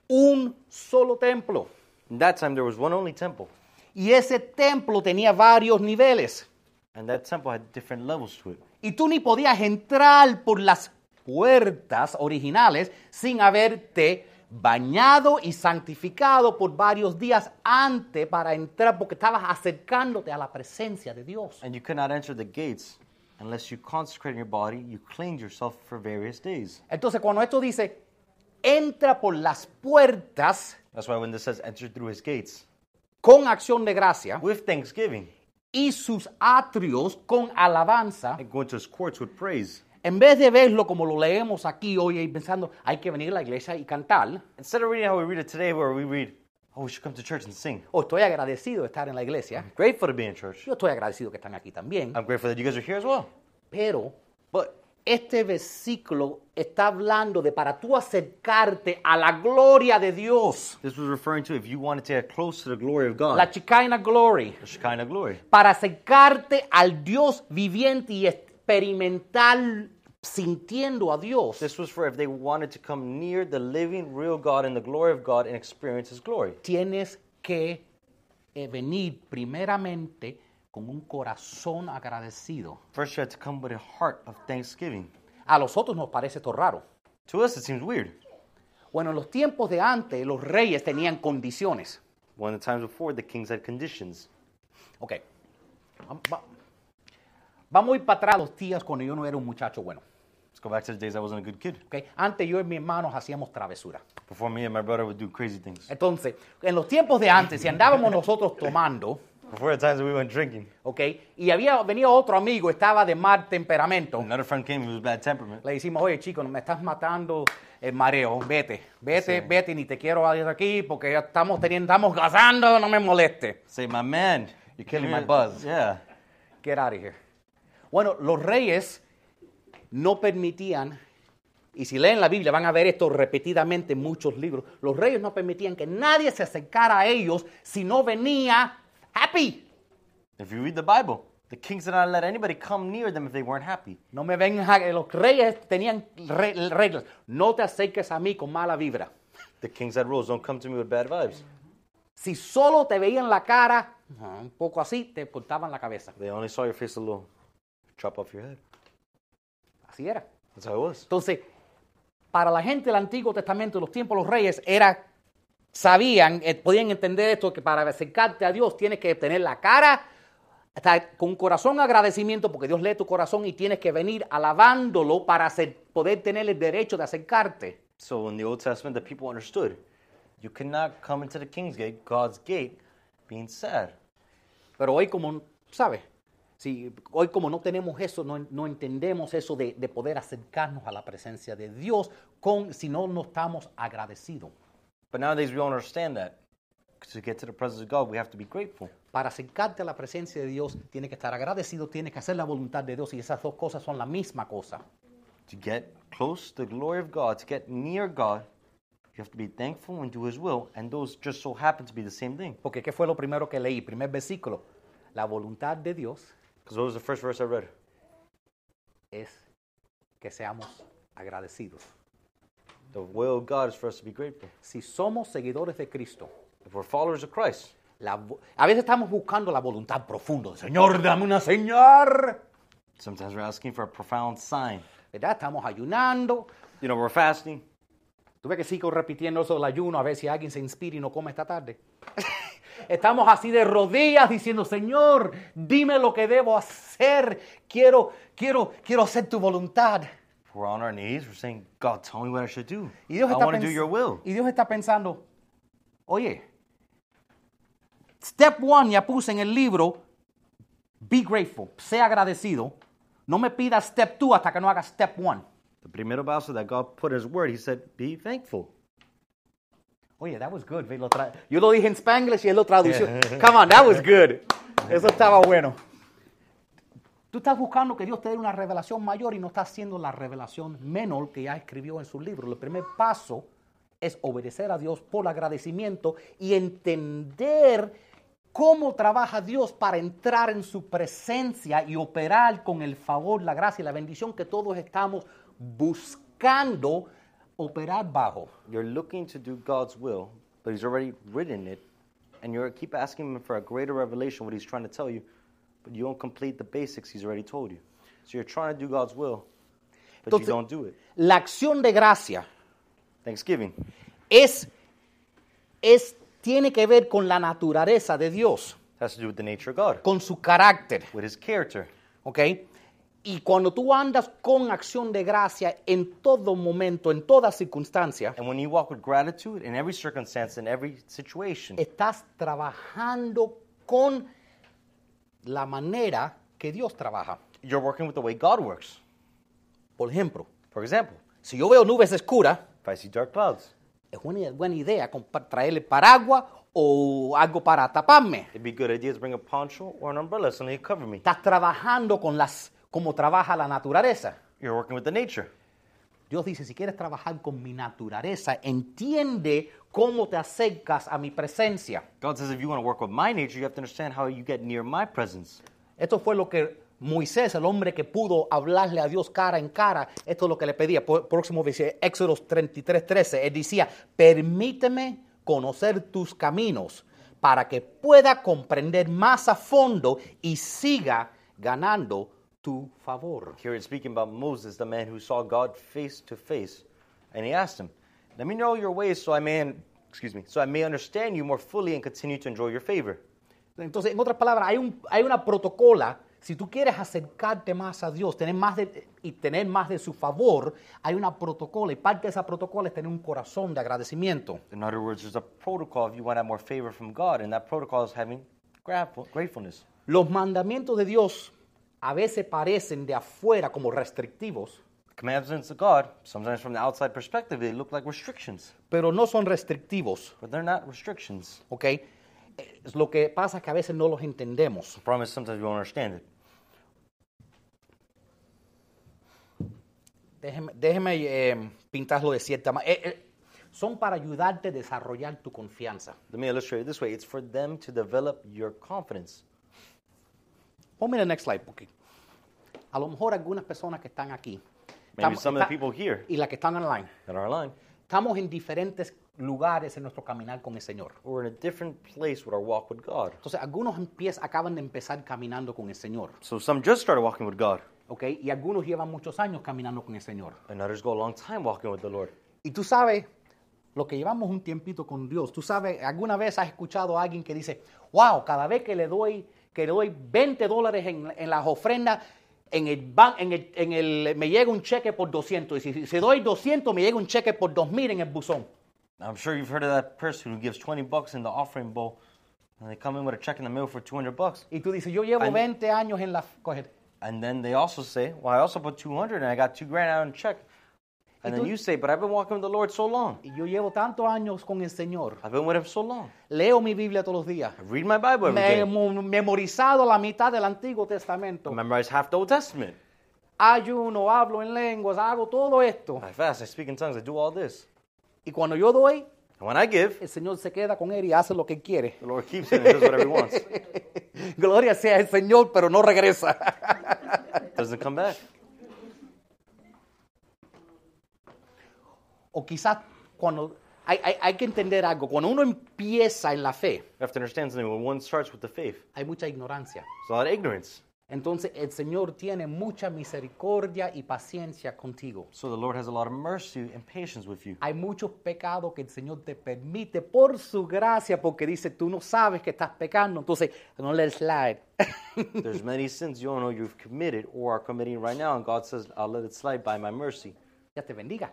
Speaker 2: un solo templo.
Speaker 3: In that time, there was one only temple,
Speaker 2: Y ese templo tenía varios niveles.
Speaker 3: and that temple had different levels to it.
Speaker 2: Y tú ni podías entrar por las puertas originales sin haberte bañado y santificado por varios días antes para entrar porque estabas acercándote a la presencia de Dios.
Speaker 3: And you could not enter the gates unless you consecrated your body, you cleaned yourself for various days.
Speaker 2: Entonces cuando esto dice, entra por las puertas
Speaker 3: That's why when this says enter through his gates
Speaker 2: con acción de gracia
Speaker 3: with thanksgiving
Speaker 2: y sus atrios con alabanza,
Speaker 3: and go into his courts with praise,
Speaker 2: en vez de verlo como lo leemos aquí hoy y pensando, hay que venir a la iglesia y cantar,
Speaker 3: instead of reading how we read it today, where we read, oh, we should come to church and sing.
Speaker 2: o estoy agradecido de estar en la iglesia,
Speaker 3: Grateful to be in church.
Speaker 2: yo estoy agradecido que están aquí también,
Speaker 3: I'm grateful that you guys are here as well.
Speaker 2: pero
Speaker 3: But
Speaker 2: este versículo está hablando de para tú acercarte a la gloria de Dios,
Speaker 3: this was referring to if you wanted to get close to the glory of God,
Speaker 2: la Chicana Glory,
Speaker 3: the Shekinah glory.
Speaker 2: para acercarte al Dios viviente y experimentar sintiendo a Dios.
Speaker 3: This was for if they wanted to come near the living, real God and the glory of God and experience His glory.
Speaker 2: tienes que eh, venir primeramente con un corazón agradecido.
Speaker 3: First, you had to come with a heart of thanksgiving.
Speaker 2: A los otros nos parece esto raro.
Speaker 3: To us, it seems weird.
Speaker 2: Bueno, en los tiempos de antes, los reyes tenían condiciones.
Speaker 3: One of the times before, the kings had conditions.
Speaker 2: Ok. Vam- va- Vamos a ir para atrás a los días cuando yo no era un muchacho bueno.
Speaker 3: Let's go back to the days I wasn't a good kid.
Speaker 2: ok. Antes yo y mis hermanos hacíamos travesura.
Speaker 3: Before me and my brother would do crazy things.
Speaker 2: Entonces, en los tiempos de antes, si andábamos nosotros tomando,
Speaker 3: Before the times that we went drinking.
Speaker 2: ¿ok? Y había, venía otro amigo, estaba de mal temperamento.
Speaker 3: Another friend came, he was bad temperament.
Speaker 2: Le decimos, oye chico, me estás matando el mareo, vete, vete, vete, ni te quiero ir aquí porque ya estamos teniendo, estamos gazando, no me moleste.
Speaker 3: Say, my man, you're killing my
Speaker 2: Yeah.
Speaker 3: buzz. Yeah.
Speaker 2: Get out of here. Bueno, los reyes no permitían, y si leen la Biblia van a ver esto repetidamente en muchos libros, los reyes no permitían que nadie se acercara a ellos si no venía happy.
Speaker 3: If you read the Bible, the kings did not let anybody come near them if they weren't happy.
Speaker 2: No me ven, ja- los reyes tenían re- reglas. No te acerques a mí con mala vibra.
Speaker 3: The kings had rules. Don't come to me with bad vibes.
Speaker 2: Si solo te veían la cara, ah, un poco así, te cortaban la cabeza.
Speaker 3: They only saw your face a little. Chop off your head.
Speaker 2: Así era.
Speaker 3: That's how it was.
Speaker 2: Entonces, para la gente del Antiguo Testamento, los tiempos de los reyes, era, sabían, eh, podían entender esto, que para acercarte a Dios tienes que tener la cara estar con un corazón agradecimiento, porque Dios lee tu corazón y tienes que venir alabándolo para hacer- poder tener el derecho de acercarte.
Speaker 3: So in the Old Testament, the people understood you cannot come into the king's gate, God's gate, being sad.
Speaker 2: Pero hoy como, ¿sabes? Si hoy como no tenemos eso, no, no entendemos eso de, de poder acercarnos a la presencia de Dios con, si no, no estamos agradecidos.
Speaker 3: But nowadays, we don't understand that. To get to the presence of God, we have to be grateful.
Speaker 2: Para acercarte a la presencia de Dios, tienes que estar agradecido, tienes que hacer la voluntad de Dios y esas dos cosas son la misma cosa.
Speaker 3: To get close to the glory of God, to get near God, you have to be thankful and do His will. And those just so happen to be the same thing.
Speaker 2: Porque ¿qué fue lo primero que leí? Primer versículo. La voluntad de Dios
Speaker 3: Because what was the first verse I read?
Speaker 2: es que seamos agradecidos.
Speaker 3: The will of God is for us to be grateful.
Speaker 2: Si somos seguidores de Cristo,
Speaker 3: If we're followers of Christ,
Speaker 2: la vo- a veces estamos buscando la voluntad profunda. Señor, dame una señal.
Speaker 3: sometimes we're asking for a profound sign.
Speaker 2: ¿verdad? Estamos ayunando.
Speaker 3: You know, we're fasting.
Speaker 2: Tuve que sigo repitiendo eso del ayuno a ver si alguien se inspira y no come esta tarde. Estamos así de rodillas diciendo, Señor, dime lo que debo hacer. Quiero, quiero, quiero hacer tu voluntad.
Speaker 3: We're on our knees. We're saying, God, tell me what I should do.
Speaker 2: Y Dios,
Speaker 3: I
Speaker 2: está
Speaker 3: want to do
Speaker 2: pens-
Speaker 3: your will.
Speaker 2: y Dios está pensando, oye, step one ya puse en el libro, be grateful, sea agradecido. No me pidas step two hasta que no hagas step one.
Speaker 3: The primero paso that God put in His Word, He said, be thankful.
Speaker 2: Oye, that was good. Ve, lo tra- Yo lo dije en Spanglish y él lo tradució. Come on, that was good. Eso estaba bueno. Tú estás buscando que Dios te dé una revelación mayor y no estás haciendo la revelación menor que ya escribió en su libro. El primer paso es obedecer a Dios por agradecimiento y entender cómo trabaja Dios para entrar en su presencia y operar con el favor, la gracia y la bendición que todos estamos buscando operar bajo.
Speaker 3: You're looking to do God's will, but He's already written it, and you keep asking Him for a greater revelation, what He's trying to tell you, but you don't complete the basics He's already told you. So you're trying to do God's will, but you
Speaker 2: Entonces-
Speaker 3: don't do it.
Speaker 2: La acción de gracia
Speaker 3: Thanksgiving.
Speaker 2: es, es, tiene que ver con la naturaleza de Dios,
Speaker 3: has to do with the nature of God,
Speaker 2: con su carácter,
Speaker 3: with His character.
Speaker 2: ¿ok? Y cuando tú andas con acción de gracia en todo momento, en toda circunstancia,
Speaker 3: And when you walk with gratitude in every circumstance, in every situation,
Speaker 2: estás trabajando con la manera que Dios trabaja.
Speaker 3: you're working with the way God works.
Speaker 2: Por ejemplo,
Speaker 3: For example,
Speaker 2: si yo veo nubes oscuras,
Speaker 3: if I see dark clouds,
Speaker 2: es una buena idea compa- traerle paraguas o algo para taparme.
Speaker 3: It'd be a good idea to bring a poncho or an umbrella, something to cover me.
Speaker 2: Estás trabajando con las, como trabaja la naturaleza.
Speaker 3: You're working with the nature.
Speaker 2: Dios dice, si quieres trabajar con mi naturaleza, entiende cómo te acercas a mi presencia.
Speaker 3: God says if you want to work with my nature, you have to understand how you get near my presence.
Speaker 2: Esto fue lo que Moisés, el hombre que pudo hablarle a Dios cara en cara, esto es lo que le pedía. Por- Próximo dice Éxodo 33, 13. Él decía, permíteme conocer tus caminos para que pueda comprender más a fondo y siga ganando tu favor.
Speaker 3: Here it's speaking about Moses, the man who saw God face to face And he asked him, Let me know your ways so I may excuse me, so I may understand you more fully and continue to enjoy your favor.
Speaker 2: Entonces, en otras palabras, hay, un- hay una protocola. Si tú quieres acercarte más a Dios tener más de- y tener más de su favor, hay una protocola. Y parte de esa protocola es tener un corazón de agradecimiento.
Speaker 3: In other words, there's a protocol if you want to have more favor from God, and that protocol is having grateful- gratefulness.
Speaker 2: Los mandamientos de Dios a veces parecen de afuera como restrictivos,
Speaker 3: Commandments of God, sometimes from the outside perspective, they look like restrictions,
Speaker 2: pero no son restrictivos.
Speaker 3: but they're not restrictions.
Speaker 2: ¿ok? Eh, Lo que pasa es que a veces no los entendemos.
Speaker 3: The problem is sometimes we don't understand it.
Speaker 2: Déjeme, déjeme, eh, pintarlo de cierta manera. son para ayudarte a desarrollar tu confianza.
Speaker 3: Let me illustrate it this way it's for them to develop your confidence.
Speaker 2: Ponme el next slide, porque a lo mejor algunas personas que están aquí
Speaker 3: Maybe
Speaker 2: estamos-
Speaker 3: some of the
Speaker 2: está-
Speaker 3: people here
Speaker 2: y las que están online,
Speaker 3: that are online,
Speaker 2: estamos en diferentes lugares en nuestro caminar con el Señor.
Speaker 3: we're in a different place with our walk with God.
Speaker 2: Entonces, algunos empiez- acaban de empezar caminando con el Señor,
Speaker 3: So some just started walking with God,
Speaker 2: ¿ok? Y algunos llevan muchos años caminando con el Señor.
Speaker 3: and others go a long time walking with the Lord.
Speaker 2: Y tú sabes, lo que llevamos un tiempito con Dios, tú sabes, alguna vez has escuchado a alguien que dice, wow, cada vez que le doy, que le doy 20 dólares en, en las ofrendas, en el, ban- en el- en el- me llega un cheque por 200. Y si, si doy 200, me llega un cheque por 2000 en el buzón.
Speaker 3: I'm sure you've heard of that person who gives 20 bucks in the offering bowl, and they come in with a check in the mail for 200 bucks.
Speaker 2: Y tú dices, yo llevo
Speaker 3: Ay.
Speaker 2: 20 años en la... coger".
Speaker 3: And then they also say, Well, I also put 200 and I got two grand out in check. And then
Speaker 2: don't-
Speaker 3: you say, But I've been walking with the Lord so long.
Speaker 2: Y yo llevo tantos años con el Señor.
Speaker 3: I've been with Him so long.
Speaker 2: Leo mi Biblia todos los días.
Speaker 3: I read my Bible every
Speaker 2: Me he
Speaker 3: day.
Speaker 2: mo- memorizado la mitad del Antiguo
Speaker 3: I
Speaker 2: Testamento.
Speaker 3: memorize half the Old Testament.
Speaker 2: Ayuno, hablo en lenguas, hago todo esto.
Speaker 3: I fast, I speak in tongues, I do all this.
Speaker 2: Y cuando yo doy,
Speaker 3: And when I give,
Speaker 2: el Señor se queda con él y hace lo que quiere.
Speaker 3: the Lord keeps it and does whatever He wants.
Speaker 2: Gloria sea el Señor, pero no regresa.
Speaker 3: Doesn't come back.
Speaker 2: O quizás cuando hay, hay- hay que entender algo, cuando uno empieza en la fe,
Speaker 3: You have to understand something. When one starts with the faith,
Speaker 2: hay mucha ignorancia.
Speaker 3: there's a lot of ignorance.
Speaker 2: Entonces el Señor tiene mucha misericordia y paciencia contigo.
Speaker 3: So the Lord has a lot of mercy and patience with you.
Speaker 2: Hay muchos pecados que el Señor te permite por su gracia, porque dice, tú no sabes que estás pecando, entonces no le slide.
Speaker 3: There's many sins you don't know you've committed or are committing right now, and God says, I'll let it slide by my mercy.
Speaker 2: ya te bendiga.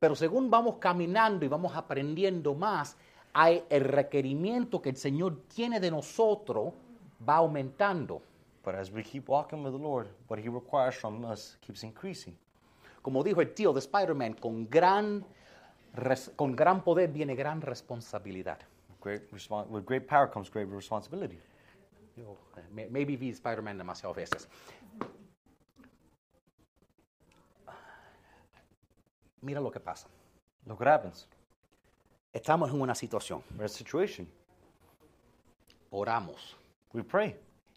Speaker 2: Pero según vamos caminando y vamos aprendiendo más, hay el requerimiento que el Señor tiene de nosotros va aumentando.
Speaker 3: But as we keep walking with the Lord, what He requires from us keeps increasing.
Speaker 2: Como dijo el tío de Spider-Man, con gran, res- con gran poder viene gran responsabilidad.
Speaker 3: Great respon with great power comes great responsibility.
Speaker 2: Yo, eh, me- maybe vi Spider-Man demasiadas veces. Mira lo que pasa.
Speaker 3: Look what happens.
Speaker 2: Estamos en una situación.
Speaker 3: We're in a situation.
Speaker 2: Oramos.
Speaker 3: We pray.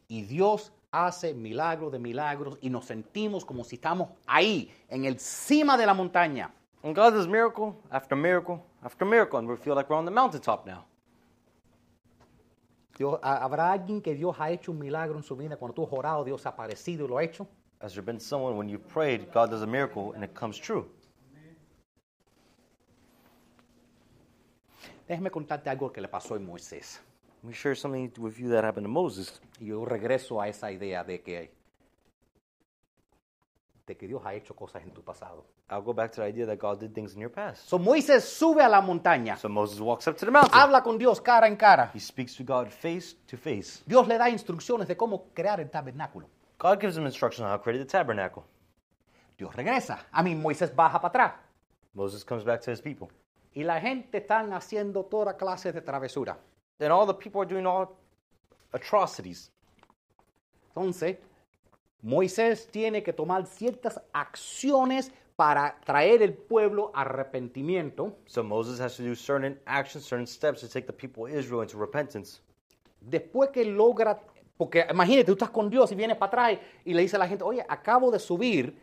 Speaker 2: Y Dios hace milagros de milagros y nos sentimos como si estamos ahí, en el cima de la montaña.
Speaker 3: And God does miracle after miracle after miracle, and we feel like we're on the mountaintop now.
Speaker 2: Dios- ha- ¿Habrá alguien que Dios ha hecho un milagro en su vida? Cuando tú has orado, Dios ha aparecido y lo ha hecho.
Speaker 3: Has there been someone when you prayed, God does a miracle and it comes true?
Speaker 2: Déjeme contarte algo que le pasó a Moisés.
Speaker 3: Let me share something with you that happened to Moses.
Speaker 2: Y yo regreso a esa idea de que, de que Dios ha hecho cosas en tu pasado.
Speaker 3: I'll go back to the idea that God did things in your past.
Speaker 2: So, Moisés sube a la montaña,
Speaker 3: So Moses walks up to the mountain.
Speaker 2: habla con Dios cara en cara.
Speaker 3: He speaks to God face to face.
Speaker 2: Dios le da instrucciones de cómo crear el tabernáculo.
Speaker 3: God gives him instructions on how to create the tabernacle.
Speaker 2: Dios regresa. A mí Moisés baja para atrás.
Speaker 3: Moses comes back to his people.
Speaker 2: Y la gente están haciendo toda clase de travesura.
Speaker 3: Then all the people are doing all atrocities.
Speaker 2: Entonces, Moisés tiene que tomar ciertas acciones para traer el pueblo a arrepentimiento.
Speaker 3: So Moses has to do certain actions, certain steps to take the people of Israel into repentance.
Speaker 2: Después que logra, porque imagínate, tú estás con Dios y vienes para atrás y le dice a la gente, oye, acabo de subir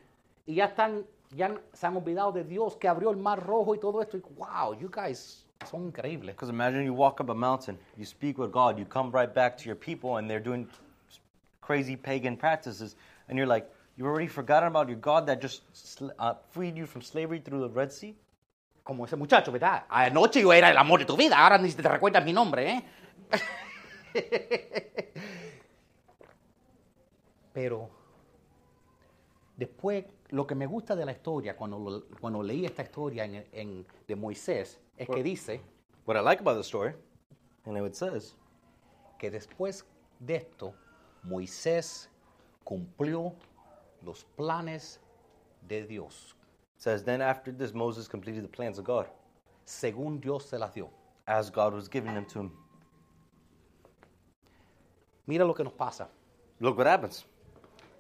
Speaker 2: y ya están, ya han- se han olvidado de Dios que abrió el mar rojo y todo esto. Y wow, you guys son increíbles.
Speaker 3: Because imagine you walk up a mountain, you speak with God, you come right back to your people, and they're doing crazy pagan practices, and you're like, you already forgotten about your God that just sl- uh, freed you from slavery through the Red Sea?
Speaker 2: como ese muchacho, ¿verdad? Anoche yo era el amor de tu vida, ahora ni te recuerdas mi nombre, ¿eh? Pero después, lo que me gusta de la historia, cuando, lo- cuando leí esta historia en- en- de Moisés, es que dice
Speaker 3: What I like about the story, and it says,
Speaker 2: que después de esto, Moisés cumplió los planes de Dios,
Speaker 3: says, Then after this, Moses completed the plans of God,
Speaker 2: según Dios se las dio.
Speaker 3: as God was giving them to him.
Speaker 2: Mira lo que nos pasa.
Speaker 3: Look what happens.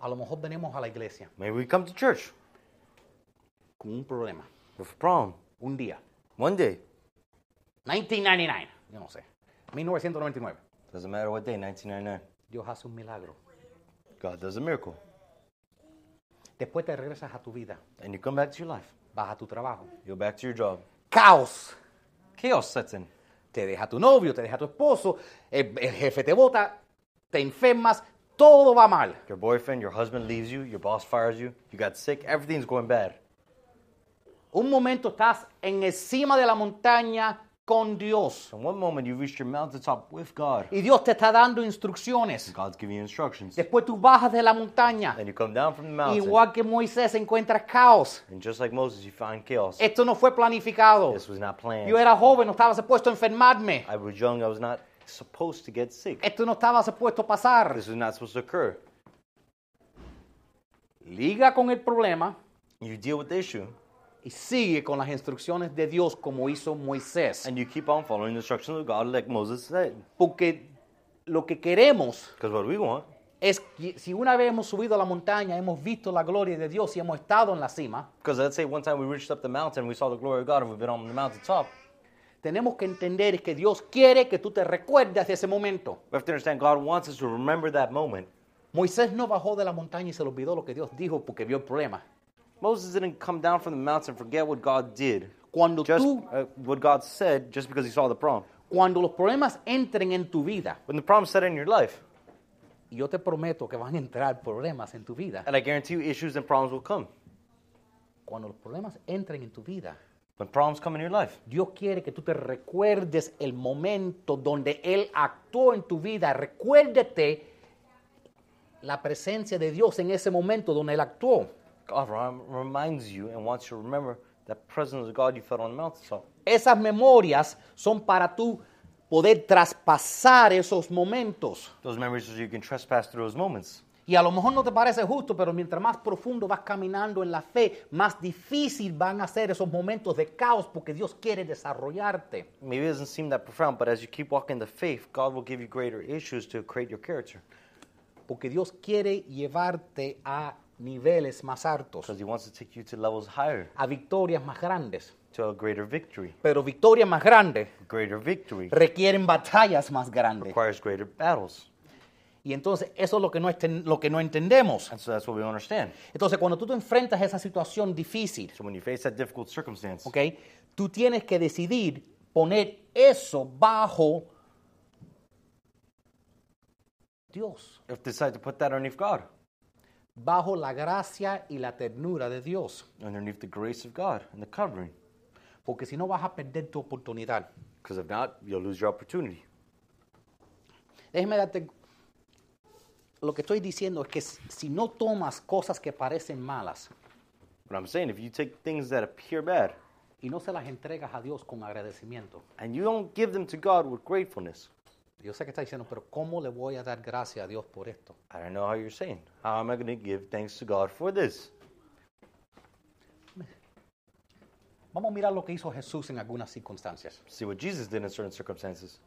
Speaker 2: A lo mejor venimos a la iglesia
Speaker 3: Maybe we come to church
Speaker 2: con un problema.
Speaker 3: with a problem.
Speaker 2: Un día,
Speaker 3: One day,
Speaker 2: 1999, yo no sé, 1999,
Speaker 3: doesn't matter what day, 1999,
Speaker 2: Dios hace un milagro.
Speaker 3: God does a miracle.
Speaker 2: Después te regresas a tu vida,
Speaker 3: And you come back to your life.
Speaker 2: vas a tu trabajo.
Speaker 3: You go back to your job.
Speaker 2: Caos.
Speaker 3: Chaos sets in.
Speaker 2: Te deja tu novio, te deja tu esposo, el, el jefe te bota, te enfermas, todo va mal.
Speaker 3: Your boyfriend, your husband leaves you, your boss fires you, you got sick, everything's going bad.
Speaker 2: Un momento estás en encima de la montaña con Dios
Speaker 3: So in one moment you reached your mountaintop with God.
Speaker 2: y Dios te está dando instrucciones.
Speaker 3: God's giving you instructions.
Speaker 2: Después tú bajas de la montaña,
Speaker 3: Then you come down from the mountain.
Speaker 2: igual que Moisés encuentras caos.
Speaker 3: And just like Moses, you find chaos.
Speaker 2: Esto no fue planificado.
Speaker 3: This was not planned.
Speaker 2: Yo era joven, no estaba supuesto a enfermarme.
Speaker 3: I was young, I was not supposed to get sick.
Speaker 2: Esto no estaba supuesto a pasar.
Speaker 3: This was not supposed to occur.
Speaker 2: Liga con el problema
Speaker 3: You deal with the issue
Speaker 2: y sigue con las instrucciones de Dios como hizo Moisés.
Speaker 3: and you keep on following the instructions of God like Moses said.
Speaker 2: Porque lo que queremos
Speaker 3: Because what we want
Speaker 2: es que si una vez hemos subido a la montaña, hemos visto la gloria de Dios y hemos estado en la cima,
Speaker 3: Because let's say one time we reached up the mountain, we saw the glory of God, and we've been on the mountaintop.
Speaker 2: tenemos que entender que Dios quiere que tú te recuerdes de ese momento.
Speaker 3: We have to understand God wants us to remember that moment.
Speaker 2: Moisés no bajó de la montaña y se le olvidó lo que Dios dijo porque vio el problema.
Speaker 3: Moses didn't come down from the mountain, forget what God did.
Speaker 2: Cuando
Speaker 3: Just
Speaker 2: tú,
Speaker 3: uh, what God said, just because he saw the problem.
Speaker 2: cuando los problemas entren en tu vida,
Speaker 3: When the problem set in your life,
Speaker 2: y yo te prometo que van a entrar problemas en tu vida,
Speaker 3: and I guarantee you issues and problems will come.
Speaker 2: cuando los problemas entren en tu vida,
Speaker 3: When problems come in your life,
Speaker 2: Dios quiere que tú te recuerdes el momento donde Él actuó en tu vida. Recuérdate la presencia de Dios en ese momento donde Él actuó.
Speaker 3: God rem- reminds you and wants you to remember that presence of God you felt on the mountaintop.
Speaker 2: Esas memorias son para tú poder traspasar esos momentos.
Speaker 3: Those memories so you can trespass through those moments.
Speaker 2: Y a lo mejor no te parece justo, pero mientras más profundo vas caminando en la fe, más difícil van a ser esos momentos de caos porque Dios quiere desarrollarte.
Speaker 3: Maybe it doesn't seem that profound, but as you keep walking the faith, God will give you greater issues to create your character.
Speaker 2: Porque Dios quiere llevarte a niveles más altos,
Speaker 3: Because he wants to take you to levels higher,
Speaker 2: a victorias más grandes.
Speaker 3: to a greater victory.
Speaker 2: Pero victorias más grandes
Speaker 3: Greater victory
Speaker 2: requieren batallas más grandes.
Speaker 3: requires greater battles.
Speaker 2: Y entonces eso es lo que no, esten- lo que no entendemos.
Speaker 3: And so that's what we don't understand.
Speaker 2: Entonces cuando tú te enfrentas a esa situación difícil,
Speaker 3: So when you face that difficult circumstance,
Speaker 2: ¿ok? Tú tienes que decidir poner eso bajo Dios,
Speaker 3: you have to decide to put that underneath God,
Speaker 2: bajo la gracia y la ternura de Dios,
Speaker 3: underneath the grace of God and the covering.
Speaker 2: porque si no vas a perder tu oportunidad.
Speaker 3: Because if not, you'll lose your opportunity.
Speaker 2: Déjeme darte lo que estoy diciendo es que si si no tomas cosas que parecen malas
Speaker 3: But I'm saying if you take things that appear bad
Speaker 2: y no se las entregas a Dios con agradecimiento.
Speaker 3: and you don't give them to God with gratefulness,
Speaker 2: Yo sé que está diciendo, pero ¿cómo le voy a dar gracias a Dios por esto?
Speaker 3: I don't know how you're saying. How am I going to give thanks to God for this?
Speaker 2: Vamos a mirar lo que hizo Jesús en algunas circunstancias.
Speaker 3: See what Jesus did in certain circumstances.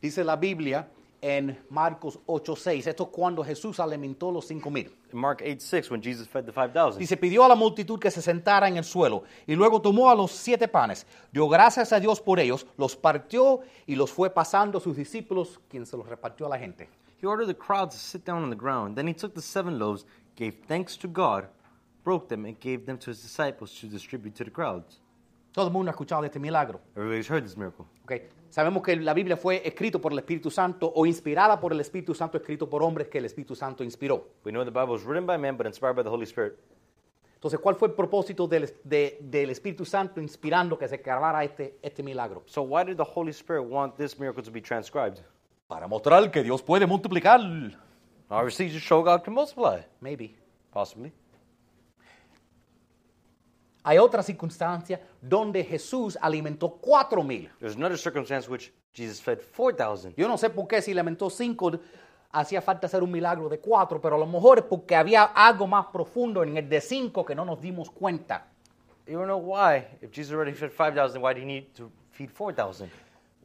Speaker 2: Dice la Biblia en Marcos 8:6, esto es cuando Jesús alimentó los cinco mil.
Speaker 3: In Mark 8 6, when Jesus fed the 5,000,
Speaker 2: Dice, pidió a la multitud que se sentara en el suelo y luego tomó a los siete panes, dio gracias a Dios por ellos, los partió y los fue pasando a sus discípulos, quien se los repartió a la gente.
Speaker 3: He ordered the crowd to sit down on the ground. Then he took the seven loaves, gave thanks to God, broke them, and gave them to his disciples to distribute to the crowds.
Speaker 2: Todo el mundo ha escuchado de este milagro.
Speaker 3: Everybody's heard this miracle.
Speaker 2: ¿ok? Sabemos que la Biblia fue escrita por el Espíritu Santo o inspirada por el Espíritu Santo, escrito por hombres que el Espíritu Santo inspiró.
Speaker 3: We know the Bible was written by man but inspired by the Holy Spirit.
Speaker 2: Entonces, ¿cuál fue el propósito del, de- del Espíritu Santo inspirando que se grabara este, este milagro?
Speaker 3: So why did the Holy Spirit want this miracle to be transcribed?
Speaker 2: Para mostrar que Dios puede multiplicar.
Speaker 3: Obviously, to show God can multiply.
Speaker 2: Maybe.
Speaker 3: Possibly.
Speaker 2: Hay otra circunstancia donde Jesús alimentó cuatro mil.
Speaker 3: There's another circumstance which Jesus fed 4,000.
Speaker 2: Yo no sé por qué si alimentó cinco hacía falta hacer un milagro de cuatro, pero a lo mejor es porque había algo más profundo en el de cinco que no nos dimos cuenta.
Speaker 3: You don't know why. If Jesus already fed 5,000, why do you need to feed 4,000?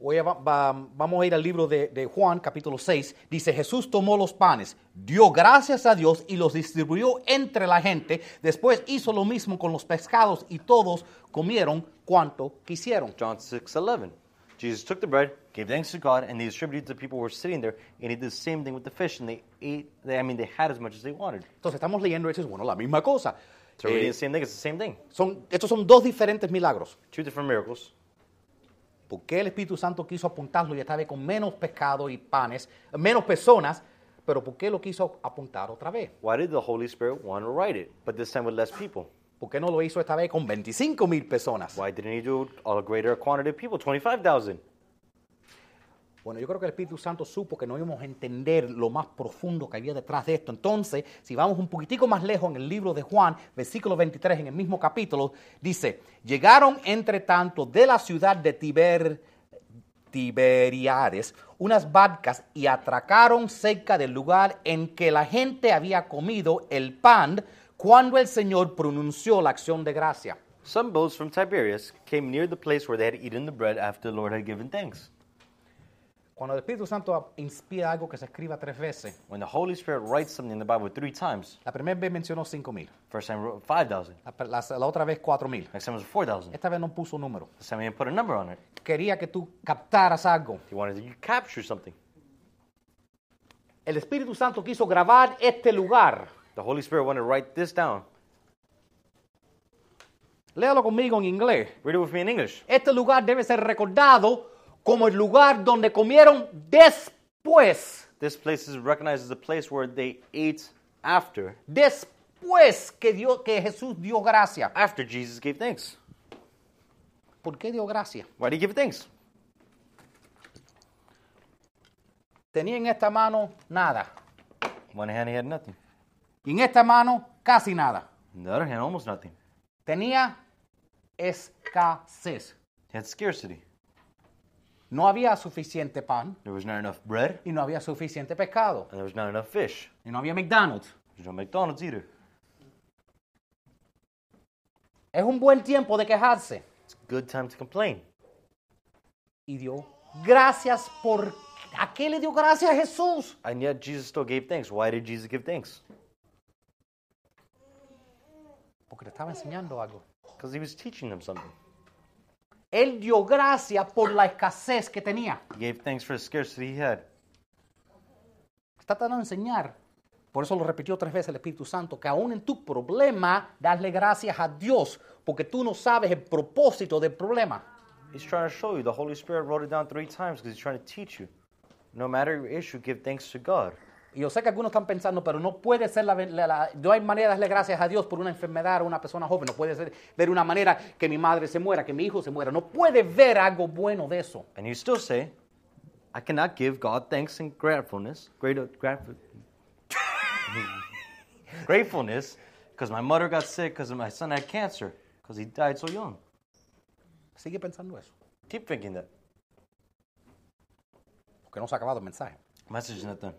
Speaker 2: Hoy va- va- vamos a ir al libro de, de Juan, capítulo 6. Dice, Jesús tomó los panes, dio gracias a Dios y los distribuyó entre la gente. Después hizo lo mismo con los pescados y todos comieron cuanto quisieron.
Speaker 3: John 6, 11. Jesus took the bread, gave thanks to God, and he distributed to the people who were sitting there, and he did the same thing with the fish, and they ate, they, I mean, they had as much as they wanted.
Speaker 2: Entonces estamos leyendo Hechos, bueno, la misma cosa.
Speaker 3: So
Speaker 2: Eh,
Speaker 3: really the same thing, it's the same thing.
Speaker 2: son, estos son dos diferentes milagros.
Speaker 3: Two different miracles.
Speaker 2: ¿Por qué el Espíritu Santo quiso apuntarlo y esta vez con menos pescado y panes, menos personas? Pero ¿por qué lo quiso apuntar otra vez?
Speaker 3: Why did the Holy Spirit want to write it, but this time with less people?
Speaker 2: ¿Por qué no lo hizo esta vez con 25 mil personas?
Speaker 3: Why didn't he do it on a greater quantity of people, 25,000?
Speaker 2: Bueno, yo creo que el Espíritu Santo supo que no íbamos a entender lo más profundo que había detrás de esto. Entonces, si vamos un poquitico más lejos en el libro de Juan, versículo 23, en el mismo capítulo, dice, llegaron entre tanto de la ciudad de Tiber, Tiberiades unas barcas y atracaron cerca del lugar en que la gente había comido el pan cuando el Señor pronunció la acción de gracia.
Speaker 3: Some boats from Tiberias came near the place where they had eaten the bread after the Lord had given thanks.
Speaker 2: Cuando el Espíritu Santo inspira algo que se escriba tres veces,
Speaker 3: When the Holy Spirit writes something in the Bible three times,
Speaker 2: la primera vez mencionó cinco mil.
Speaker 3: first time wrote 5,000,
Speaker 2: La, per- la- la otra vez 4000.
Speaker 3: next time was 4,000.
Speaker 2: Esta vez no puso número.
Speaker 3: This time he didn't put a number on it.
Speaker 2: Quería que tú captaras algo.
Speaker 3: He wanted to capture something.
Speaker 2: El Espíritu Santo quiso grabar este lugar.
Speaker 3: The Holy Spirit wanted to write this down.
Speaker 2: Léalo conmigo en inglés.
Speaker 3: Read it with me in English.
Speaker 2: Este lugar debe ser recordado como el lugar donde comieron después,
Speaker 3: This place is recognized as the place where they ate after,
Speaker 2: después que, Dios, que Jesús dio gracia.
Speaker 3: after Jesus gave thanks.
Speaker 2: ¿Por qué dio gracia?
Speaker 3: Why did he give thanks?
Speaker 2: Tenía en esta mano nada
Speaker 3: One hand he had nothing.
Speaker 2: y en esta mano casi nada.
Speaker 3: On the other hand, almost nothing.
Speaker 2: Tenía escasez.
Speaker 3: He had scarcity.
Speaker 2: No había suficiente pan
Speaker 3: There was not enough bread,
Speaker 2: y no había suficiente pescado.
Speaker 3: and there was not enough fish.
Speaker 2: Y no había McDonald's.
Speaker 3: There's no McDonald's either.
Speaker 2: Es un buen tiempo de quejarse.
Speaker 3: It's a good time to complain.
Speaker 2: Y dio gracias por... ¿A qué le dio gracias a Jesús?
Speaker 3: And yet Jesus still gave thanks. Why did Jesus give thanks?
Speaker 2: Porque le estaba enseñando algo.
Speaker 3: Because he was teaching them something.
Speaker 2: Él dio gracias por la escasez que tenía.
Speaker 3: He gave thanks for the scarcity he had.
Speaker 2: Está tratando de enseñar. Por eso lo repitió tres veces el Espíritu Santo, que aún en tu problema, darle gracias a Dios, porque tú no sabes el propósito del problema.
Speaker 3: He's trying to show you. The Holy Spirit wrote it down three times because he's trying to teach you. No matter your issue, give thanks to God.
Speaker 2: Y yo sé que algunos están pensando, pero no puede ser la, la- la- no hay manera de darle gracias a Dios por una enfermedad o una persona joven. No puede ser ver una manera que mi madre se muera, que mi hijo se muera. No puede ver algo bueno de eso.
Speaker 3: And you still say, I cannot give God thanks and gratefulness, great, grat- gratefulness, because my mother got sick, because my son had cancer, because he died so young.
Speaker 2: Sigue pensando eso,
Speaker 3: Keep thinking that.
Speaker 2: porque no se ha acabado el mensaje.
Speaker 3: Message is not done.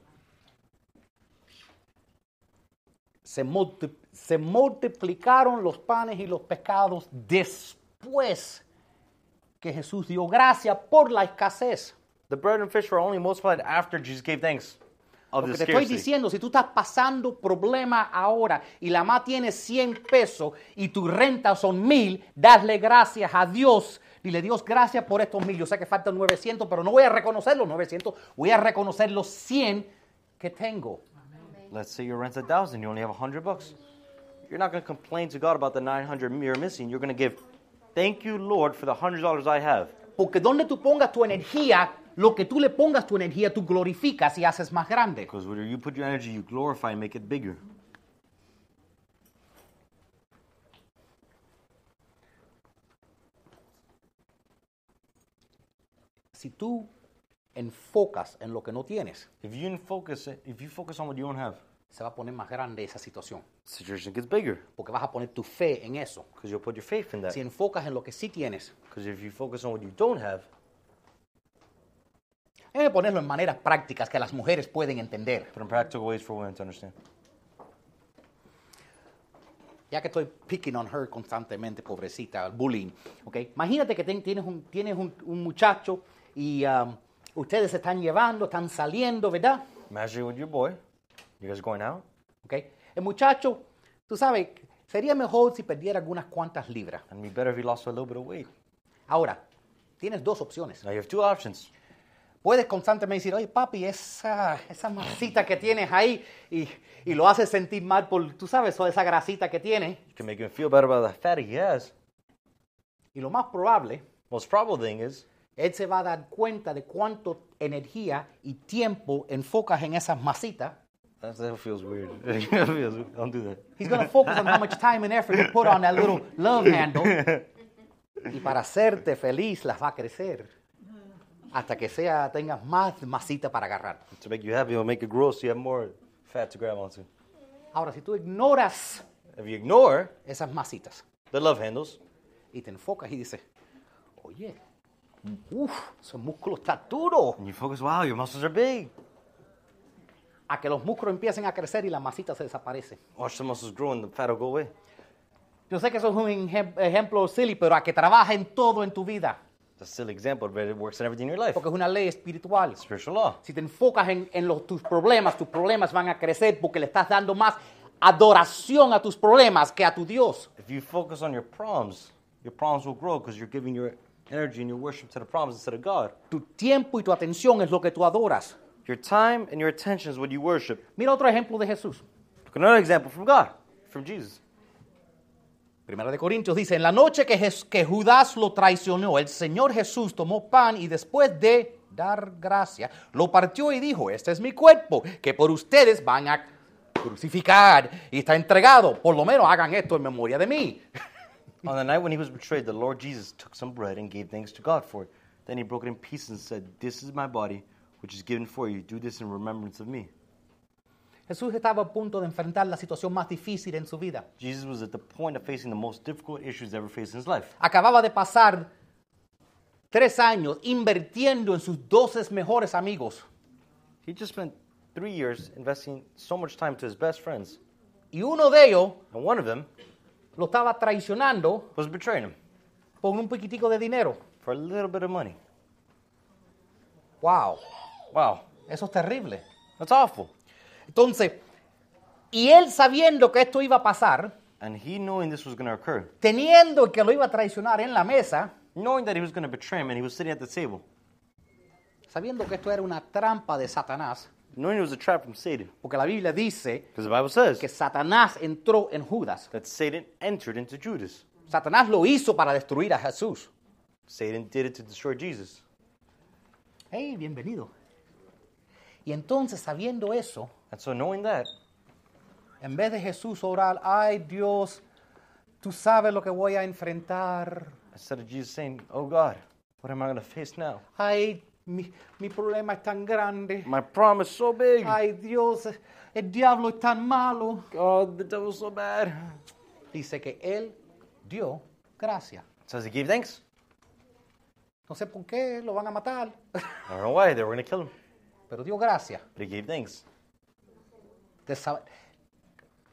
Speaker 2: Se, multi- se multiplicaron los panes y los pescados después que Jesús dio gracias por la escasez.
Speaker 3: The bread and fish were only multiplied after Jesus gave thanks of
Speaker 2: Porque
Speaker 3: the
Speaker 2: te estoy
Speaker 3: scarcity.
Speaker 2: diciendo, si tú estás pasando problema ahora y la mamá tiene 100 pesos y tu renta son mil, dale gracias a Dios. Dile, Dios, gracias por estos mil. Yo sé que faltan 900, pero no voy a reconocer los 900, voy a reconocer los 100 que tengo.
Speaker 3: Let's say your rent's a thousand, you only have a hundred bucks. You're not going to complain to God about the 900 you're missing. You're going to give, thank you, Lord, for the hundred dollars I have.
Speaker 2: Porque donde tú pongas tu energía, lo que tú le pongas tu energía, tú glorificas y haces más grande.
Speaker 3: Because where you put your energy, you glorify and make it bigger.
Speaker 2: si tú enfocas en lo que no tienes,
Speaker 3: If you focus, if you focus on what you don't have,
Speaker 2: se va a poner más grande esa situación,
Speaker 3: situation gets bigger
Speaker 2: porque vas a poner tu fe en eso.
Speaker 3: because you'll put your faith in that.
Speaker 2: Si enfocas en lo que sí tienes,
Speaker 3: Because if you focus on what you don't have,
Speaker 2: Debe ponerlo en maneras prácticas que las mujeres pueden entender.
Speaker 3: put in practical ways for women to understand.
Speaker 2: Ya que estoy picking on her constantemente, pobrecita, bullying. ¿ok? Imagínate que ten- tienes, un, tienes un, un muchacho y um, ustedes se están llevando, están saliendo, ¿verdad?
Speaker 3: Imagine with your boy, you guys are going out.
Speaker 2: ¿ok? El muchacho, tú sabes, sería mejor si perdiera algunas cuantas libras.
Speaker 3: And it'd be better if you lost a little bit of weight.
Speaker 2: Ahora, tienes dos opciones.
Speaker 3: Now you have two options.
Speaker 2: Puedes constantemente decir, oye papi, esa, esa masita que tienes ahí y, y lo haces sentir mal por, tú sabes, o esa grasita que tienes.
Speaker 3: You can make him feel better about the fat he has.
Speaker 2: Y lo más probable
Speaker 3: Most probable thing is
Speaker 2: Él se va a dar cuenta de cuánto energía y tiempo enfocas en esas masitas.
Speaker 3: that, that feels weird. That feels weird. Don't do that.
Speaker 2: He's going to focus on how much time and effort you put on that little love handle. Y para hacerte feliz las va a crecer. Hasta que sea, tengas más masitas para agarrar.
Speaker 3: To make you happy, it'll make it grow so you have more fat to grab onto.
Speaker 2: Ahora, si tú ignoras
Speaker 3: If you ignore
Speaker 2: esas masitas
Speaker 3: the love handles,
Speaker 2: y te enfocas y dices, oye, uff, ese músculo está duro.
Speaker 3: and you focus, wow, your muscles are big.
Speaker 2: A que los músculos empiecen a crecer y la masita se desaparece.
Speaker 3: Watch the muscles grow and the fat will go away.
Speaker 2: Yo sé que eso es un ejem- ejemplo silly, pero a que trabaja en todo en tu vida,
Speaker 3: That's a silly example, but it works in everything in your life.
Speaker 2: porque es una ley espiritual.
Speaker 3: Spiritual law.
Speaker 2: Si te enfocas en, en los- tus problemas, tus problemas van a crecer porque le estás dando más adoración a tus problemas que a tu Dios.
Speaker 3: If you focus on your problems, your problems will grow because you're giving your energy and your worship to the problems instead of God.
Speaker 2: Tu tiempo y tu atención es lo que tú adoras.
Speaker 3: Your time and your attention is what you worship.
Speaker 2: Mira otro ejemplo de Jesús.
Speaker 3: Look, another example from God, from Jesus.
Speaker 2: Primera de Corintios dice, en la noche que, Jes- que Judas lo traicionó, el Señor Jesús tomó pan y después de dar gracia, lo partió y dijo, este es mi cuerpo, que por ustedes van a crucificar y está entregado. Por lo menos hagan esto en memoria de mí.
Speaker 3: On the night when he was betrayed, the Lord Jesus took some bread and gave thanks to God for it. Then he broke it in pieces and said, This is my body, which is given for you. Do this in remembrance of me.
Speaker 2: Jesús estaba a punto de enfrentar la situación más difícil en su vida.
Speaker 3: Jesus was at the point of facing the most difficult issues ever faced in his life.
Speaker 2: Acababa de pasar tres años invirtiendo en sus doce mejores amigos.
Speaker 3: He just spent three years investing so much time to his best friends,
Speaker 2: Y uno de ellos
Speaker 3: and one of them
Speaker 2: lo estaba traicionando
Speaker 3: was betraying him
Speaker 2: por un poquitico de dinero.
Speaker 3: for a little bit of money.
Speaker 2: ¡Wow!
Speaker 3: Wow,
Speaker 2: Eso es terrible.
Speaker 3: that's awful.
Speaker 2: Entonces, y él sabiendo que esto iba a pasar,
Speaker 3: And he knowing this was going to occur,
Speaker 2: teniendo que lo iba a traicionar en la mesa,
Speaker 3: knowing that he was going to betray him, and he was sitting at the table,
Speaker 2: sabiendo que esto era una trampa de Satanás,
Speaker 3: knowing it was a trap from Satan,
Speaker 2: porque la Biblia dice
Speaker 3: because the Bible says
Speaker 2: que Satanás entró en Judas.
Speaker 3: that Satan entered into Judas.
Speaker 2: Satanás lo hizo para destruir a Jesús.
Speaker 3: Satan did it to destroy Jesus.
Speaker 2: ¡Hey, bienvenido! Y entonces, sabiendo eso,
Speaker 3: And so, knowing that,
Speaker 2: en vez de Jesús orar, ay Dios, tú sabes lo que voy a enfrentar.
Speaker 3: instead of Jesus saying, Oh God, what am I going to face now?
Speaker 2: Ay, mi, mi problema es tan grande.
Speaker 3: My problem is so big.
Speaker 2: Ay Dios, el diablo es tan malo.
Speaker 3: Oh, the devil's so bad. It
Speaker 2: dice que él dio gracia.
Speaker 3: says he gave thanks.
Speaker 2: No sé por qué lo van a matar,
Speaker 3: I don't know why. They were going to kill him.
Speaker 2: pero dio gracia.
Speaker 3: But he gave thanks.
Speaker 2: Desa-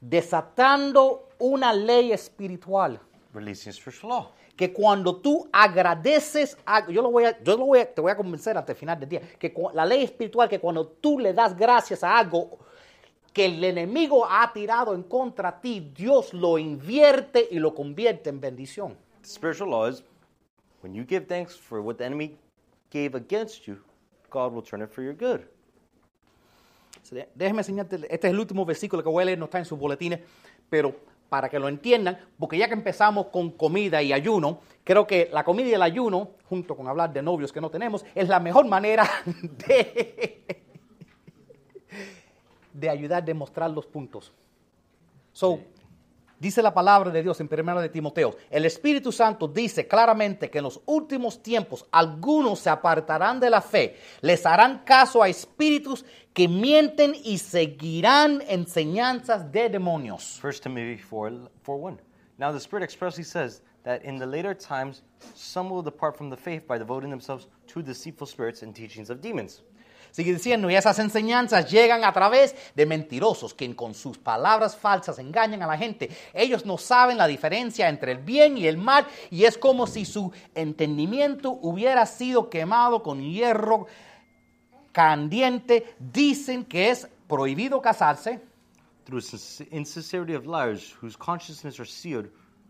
Speaker 2: desatando una ley espiritual
Speaker 3: Releasing spiritual law.
Speaker 2: que cuando tú agradeces, a- yo, lo voy a, yo lo voy a- te voy a convencer hasta el final del día, que cu- la ley espiritual que cuando tú le das gracias a algo que el enemigo ha tirado en contra de ti, Dios lo invierte y lo convierte en bendición.
Speaker 3: The spiritual law is when you give thanks for what the enemy gave against you, God will turn it for your good.
Speaker 2: So, dé- Déjeme enseñarte, este es el último versículo que voy a leer, no está en sus boletines, pero para que lo entiendan, porque ya que empezamos con comida y ayuno, creo que la comida y el ayuno, junto con hablar de novios que no tenemos, es la mejor manera de, de ayudar a demostrar los puntos. So, Dice la palabra de Dios en 1 de Timoteo, el Espíritu Santo dice claramente que en los últimos tiempos algunos se apartarán de la fe, les harán caso a espíritus que mienten y seguirán enseñanzas de demonios.
Speaker 3: 1 Timothy 4, 4 1. Now the Spirit expressly says that in the later times, some will depart from the faith by devoting themselves to deceitful spirits and teachings of demons.
Speaker 2: Sigue diciendo, y esas enseñanzas llegan a través de mentirosos, quien con sus palabras falsas engañan a la gente. Ellos no saben la diferencia entre el bien y el mal, y es como si su entendimiento hubiera sido quemado con hierro caliente. Dicen que es prohibido casarse,
Speaker 3: Through sin- insincerity of liars whose consciences are sealed,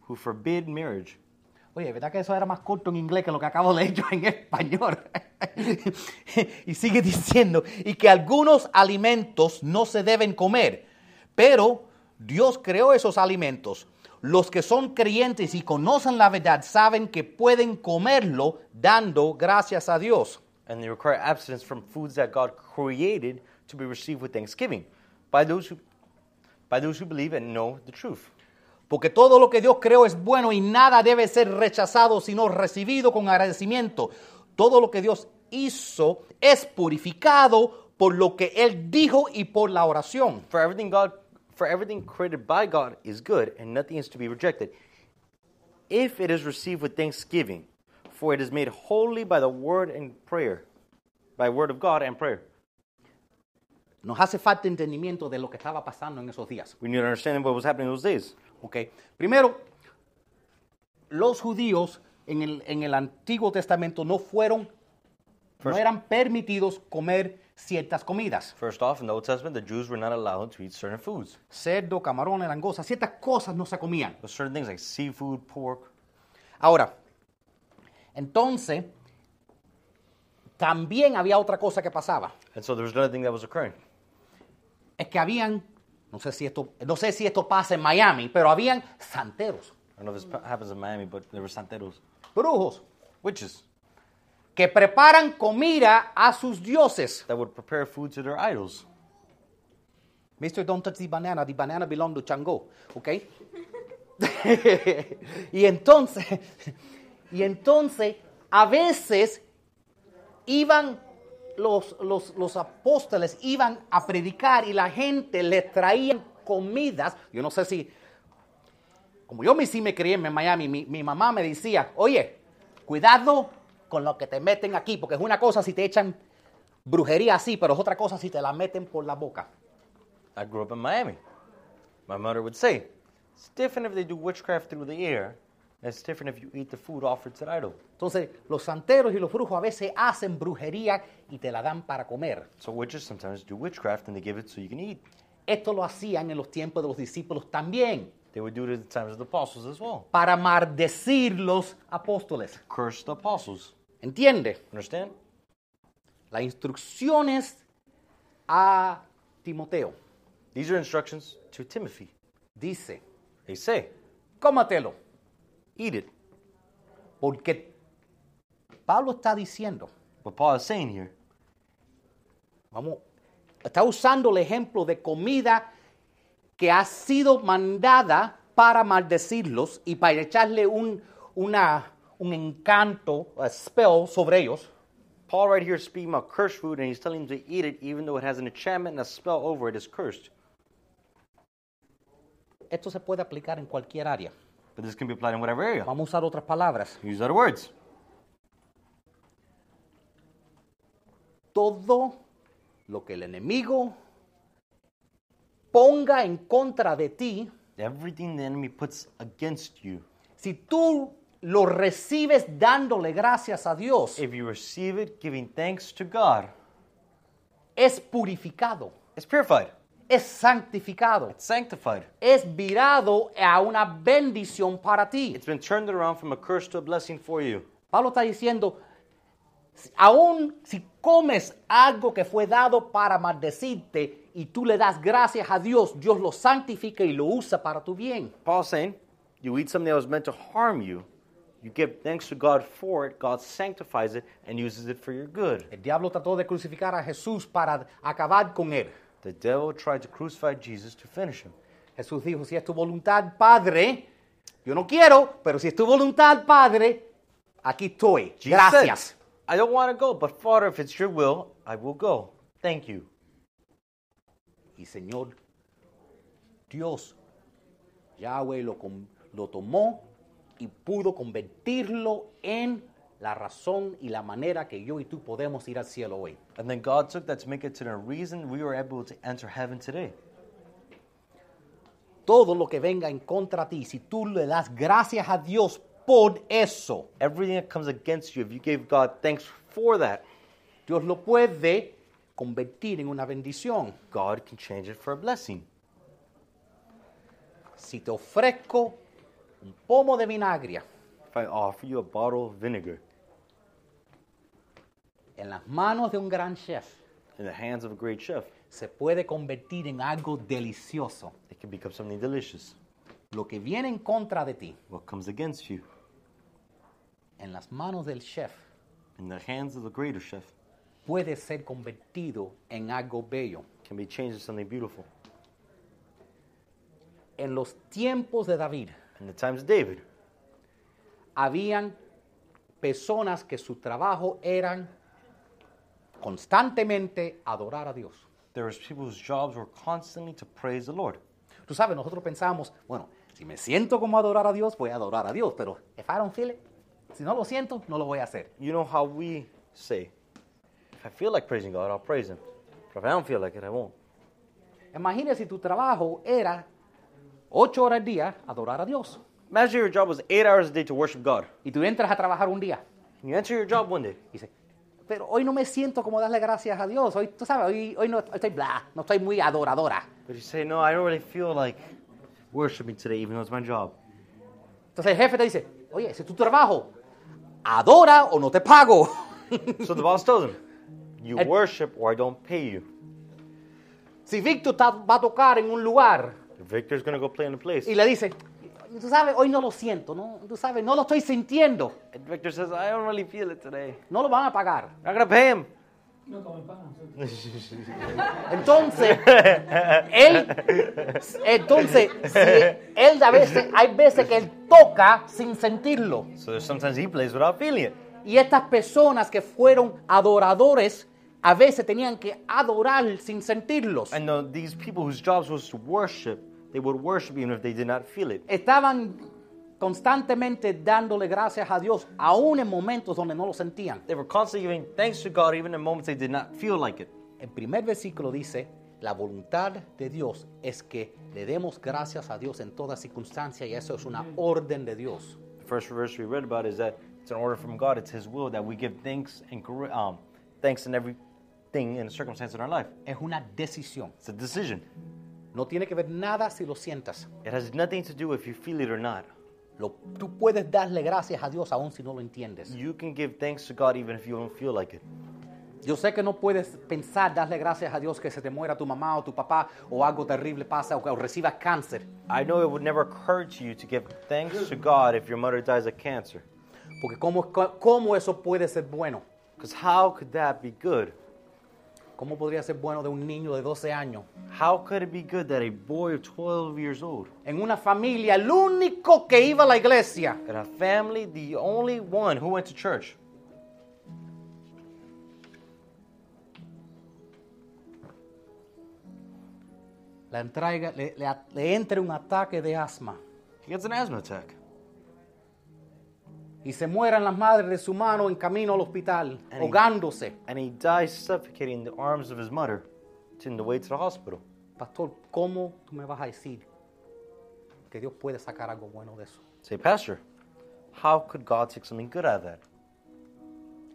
Speaker 3: who forbid marriage.
Speaker 2: Oye, ¿verdad que eso era más corto en inglés que lo que acabo de leer yo en español? y sigue diciendo, y que algunos alimentos no se deben comer, pero Dios creó esos alimentos. Los que son creyentes y conocen la verdad saben que pueden comerlo dando gracias a Dios.
Speaker 3: and they require abstinence from foods that God created to be received with thanksgiving by those who, by those who believe and know the truth.
Speaker 2: Porque todo lo que Dios creó es bueno y nada debe ser rechazado sino recibido con agradecimiento. Todo lo que Dios hizo es purificado por lo que Él dijo y por la oración.
Speaker 3: For everything God, for everything created by God is good, and nothing is to be rejected, if it is received with thanksgiving, for it is made holy by the word and prayer, by word of God and prayer.
Speaker 2: Nos hace falta entendimiento de lo que estaba pasando en esos días.
Speaker 3: We need to understand what was happening in those days.
Speaker 2: ¿ok? Primero, los judíos en el, en el Antiguo Testamento no fueron, no
Speaker 3: First-
Speaker 2: eran permitidos comer ciertas comidas.
Speaker 3: First off, in the Old Testament, the Jews were not allowed to eat certain foods.
Speaker 2: Cerdo, camarones, langosta, ciertas cosas no se comían.
Speaker 3: There were certain things like seafood, pork,
Speaker 2: Ahora, entonces, también había otra cosa que pasaba.
Speaker 3: and so there was another thing that was occurring.
Speaker 2: Es que habían, no sé si esto, no sé si esto pasa en Miami, pero habían santeros,
Speaker 3: I don't know if this pa- happens in Miami, but there were santeros,
Speaker 2: brujos,
Speaker 3: witches,
Speaker 2: que preparan comida a sus dioses.
Speaker 3: that would prepare food to their idols.
Speaker 2: Mr. Don't touch the banana, the banana belong to Chango, ¿ok? y entonces, y entonces, a veces iban los, los, los apóstoles, iban a predicar y la gente les traía comidas. Yo no sé si, como yo me, sí me crié en Miami, mi, mi mamá me decía, oye, cuidado con lo que te meten aquí, porque es una cosa si te echan brujería así, pero es otra cosa si te la meten por la boca.
Speaker 3: I grew up in Miami. My mother would say, it's different if they do witchcraft through the air, and it's different if you eat the food offered to the idol.
Speaker 2: Entonces, los santeros y los brujos a veces hacen brujería y te la dan para comer.
Speaker 3: So witches sometimes do witchcraft and they give it so you can eat.
Speaker 2: Esto lo hacían en los tiempos de los discípulos también,
Speaker 3: They would do it at the times of the apostles as well.
Speaker 2: para maldecir los apóstoles.
Speaker 3: Curse the apostles.
Speaker 2: ¿Entiende?
Speaker 3: Understand?
Speaker 2: Las instrucciones a Timoteo.
Speaker 3: These are instructions to Timothy.
Speaker 2: Dice,
Speaker 3: They say,
Speaker 2: cómatelo.
Speaker 3: eat it.
Speaker 2: Porque Pablo está diciendo,
Speaker 3: What Paul is saying here,
Speaker 2: vamos, está usando el ejemplo de comida que ha sido mandada para maldecirlos y para echarle un, una- un encanto, a spell sobre ellos.
Speaker 3: Paul right here is speaking about cursed food and he's telling them to eat it even though it has an enchantment and a spell over it is cursed.
Speaker 2: Esto se puede aplicar en cualquier área.
Speaker 3: But this can be applied in whatever area.
Speaker 2: Vamos a usar otras palabras.
Speaker 3: Use other words.
Speaker 2: Todo lo que el enemigo ponga en contra de ti,
Speaker 3: Everything the enemy puts against you,
Speaker 2: si tú lo recibes dándole gracias a Dios,
Speaker 3: if you receive it giving thanks to God,
Speaker 2: es purificado,
Speaker 3: it's purified,
Speaker 2: es santificado.
Speaker 3: it's sanctified.
Speaker 2: es virado a una bendición para ti.
Speaker 3: It's been turned around from a curse to a blessing for you.
Speaker 2: Pablo está diciendo, si- aún si comes algo que fue dado para maldecirte y tú le das gracias a Dios, Dios lo santifica y lo usa para tu bien.
Speaker 3: Paul's saying, you eat something that was meant to harm you, you give thanks to God for it, God sanctifies it and uses it for your good.
Speaker 2: El diablo trató de crucificar a Jesús para acabar con él.
Speaker 3: The devil tried to crucify Jesus to finish him.
Speaker 2: Jesús dijo, si es tu voluntad, Padre, yo no quiero, pero si es tu voluntad, Padre, aquí estoy.
Speaker 3: Jesus said,
Speaker 2: Gracias.
Speaker 3: I don't want to go, but Father, if it's your will, I will go. Thank you.
Speaker 2: Y Señor, Dios, Yahweh lo, com- lo tomó y pudo convertirlo en la razón y la manera que yo y tú podemos ir al cielo hoy.
Speaker 3: And then God took that to make it to the reason we were able to enter heaven today.
Speaker 2: Todo lo que venga en contra de ti, si tú le das gracias a Dios por eso,
Speaker 3: Everything that comes against you, if you gave God thanks for that,
Speaker 2: Dios lo puede convertir en una bendición.
Speaker 3: God can change it for a blessing.
Speaker 2: Si te ofrezco un pomo de vinagre
Speaker 3: If I offer you a bottle of vinegar
Speaker 2: en las manos de un gran chef,
Speaker 3: in the hands of a great chef,
Speaker 2: se puede convertir en algo delicioso.
Speaker 3: it can become something delicious.
Speaker 2: Lo que viene en contra de ti,
Speaker 3: What comes against you
Speaker 2: en las manos del chef,
Speaker 3: in the hands of the greater chef
Speaker 2: puede ser convertido en algo bello.
Speaker 3: can be changed to something beautiful.
Speaker 2: En los tiempos de David,
Speaker 3: In the times of David,
Speaker 2: habían personas que su trabajo eran constantemente adorar a Dios.
Speaker 3: there was people whose jobs were constantly to praise the Lord.
Speaker 2: Tú sabes, nosotros pensamos, bueno, si me siento como adorar a Dios, voy a adorar a Dios, pero if I don't feel it, si no lo siento, no lo voy a hacer.
Speaker 3: You know how we say, if I feel like praising God, I'll praise Him. But if I don't feel like it, I won't.
Speaker 2: Imagina si tu trabajo era ocho horas al día adorar a Dios
Speaker 3: Imagine your job was eight hours a day to worship God.
Speaker 2: y tú entras a trabajar un día
Speaker 3: You enter your job one day.
Speaker 2: y dices, pero hoy no me siento como darle gracias a Dios, hoy tú sabes, hoy, hoy no hoy estoy bla, no estoy muy adoradora.
Speaker 3: But you say, no, I don't really feel like worshiping today, even though it's my job.
Speaker 2: Entonces el jefe te dice, oye, ese es tu trabajo, adora o no te pago.
Speaker 3: so the boss tells him, you
Speaker 2: And-
Speaker 3: worship or I don't pay you.
Speaker 2: si Víctor ta- va a tocar en un lugar
Speaker 3: Victor's going to go play in the place.
Speaker 2: y le dice, tú sabes, hoy no lo siento, no, tú sabes, no lo estoy sintiendo,
Speaker 3: And Victor says, I don't really feel it today.
Speaker 2: no lo van a pagar.
Speaker 3: I'm not going to pay him.
Speaker 5: Nunca me pagan.
Speaker 2: Entonces, él, entonces, si él a veces, hay veces que él toca sin sentirlo.
Speaker 3: So there's sometimes he plays without feeling it.
Speaker 2: Y estas personas que fueron adoradores, a veces tenían que adorar sin sentirlos.
Speaker 3: And uh, these people whose jobs was to worship, they would worship even if they did not feel it.
Speaker 2: Estaban constantemente dándole gracias a Dios, aún en momentos donde no lo sentían.
Speaker 3: They were constantly giving thanks to God even in moments they did not feel like it.
Speaker 2: El primer versículo dice, la voluntad de Dios es que le demos gracias a Dios en toda circunstancia y eso es una orden de Dios.
Speaker 3: The first verse we read about is that it's an order from God. It's His will that we give thanks and gr- um, thanks in everything in a circumstance in our life.
Speaker 2: Es una decisión.
Speaker 3: It's a decision.
Speaker 2: No tiene que ver nada si lo sientas.
Speaker 3: It has nothing to do if you feel it or not.
Speaker 2: Lo- tú puedes darle gracias a Dios aún si no lo entiendes.
Speaker 3: You can give thanks to God even if you don't feel like it.
Speaker 2: Yo sé que no puedes pensar darle gracias a Dios que se te muera tu mamá o tu papá o algo terrible pasa o, que- o recibas cáncer,
Speaker 3: I know it would never occur to you to give thanks to God if your mother dies of cancer.
Speaker 2: porque cómo, cómo eso puede ser bueno.
Speaker 3: Because how could that be good?
Speaker 2: ¿Cómo podría ser bueno de un niño de 12 años?
Speaker 3: How could it be good that a boy of 12 years old,
Speaker 2: En una familia, el único que iba a la iglesia,
Speaker 3: in a family, the only one who went to church,
Speaker 2: la entrega, le, le a- le entra un ataque de asma
Speaker 3: he gets an asthma attack.
Speaker 2: y se mueran las madres de su mano en camino al hospital,
Speaker 3: Ay.
Speaker 2: ahogándose.
Speaker 3: And he dies suffocating in the arms of his mother on the way to the hospital.
Speaker 2: Pastor, ¿cómo tú me vas a decir que Dios puede sacar algo bueno de eso?
Speaker 3: Say, Pastor, how could God take something good out of that?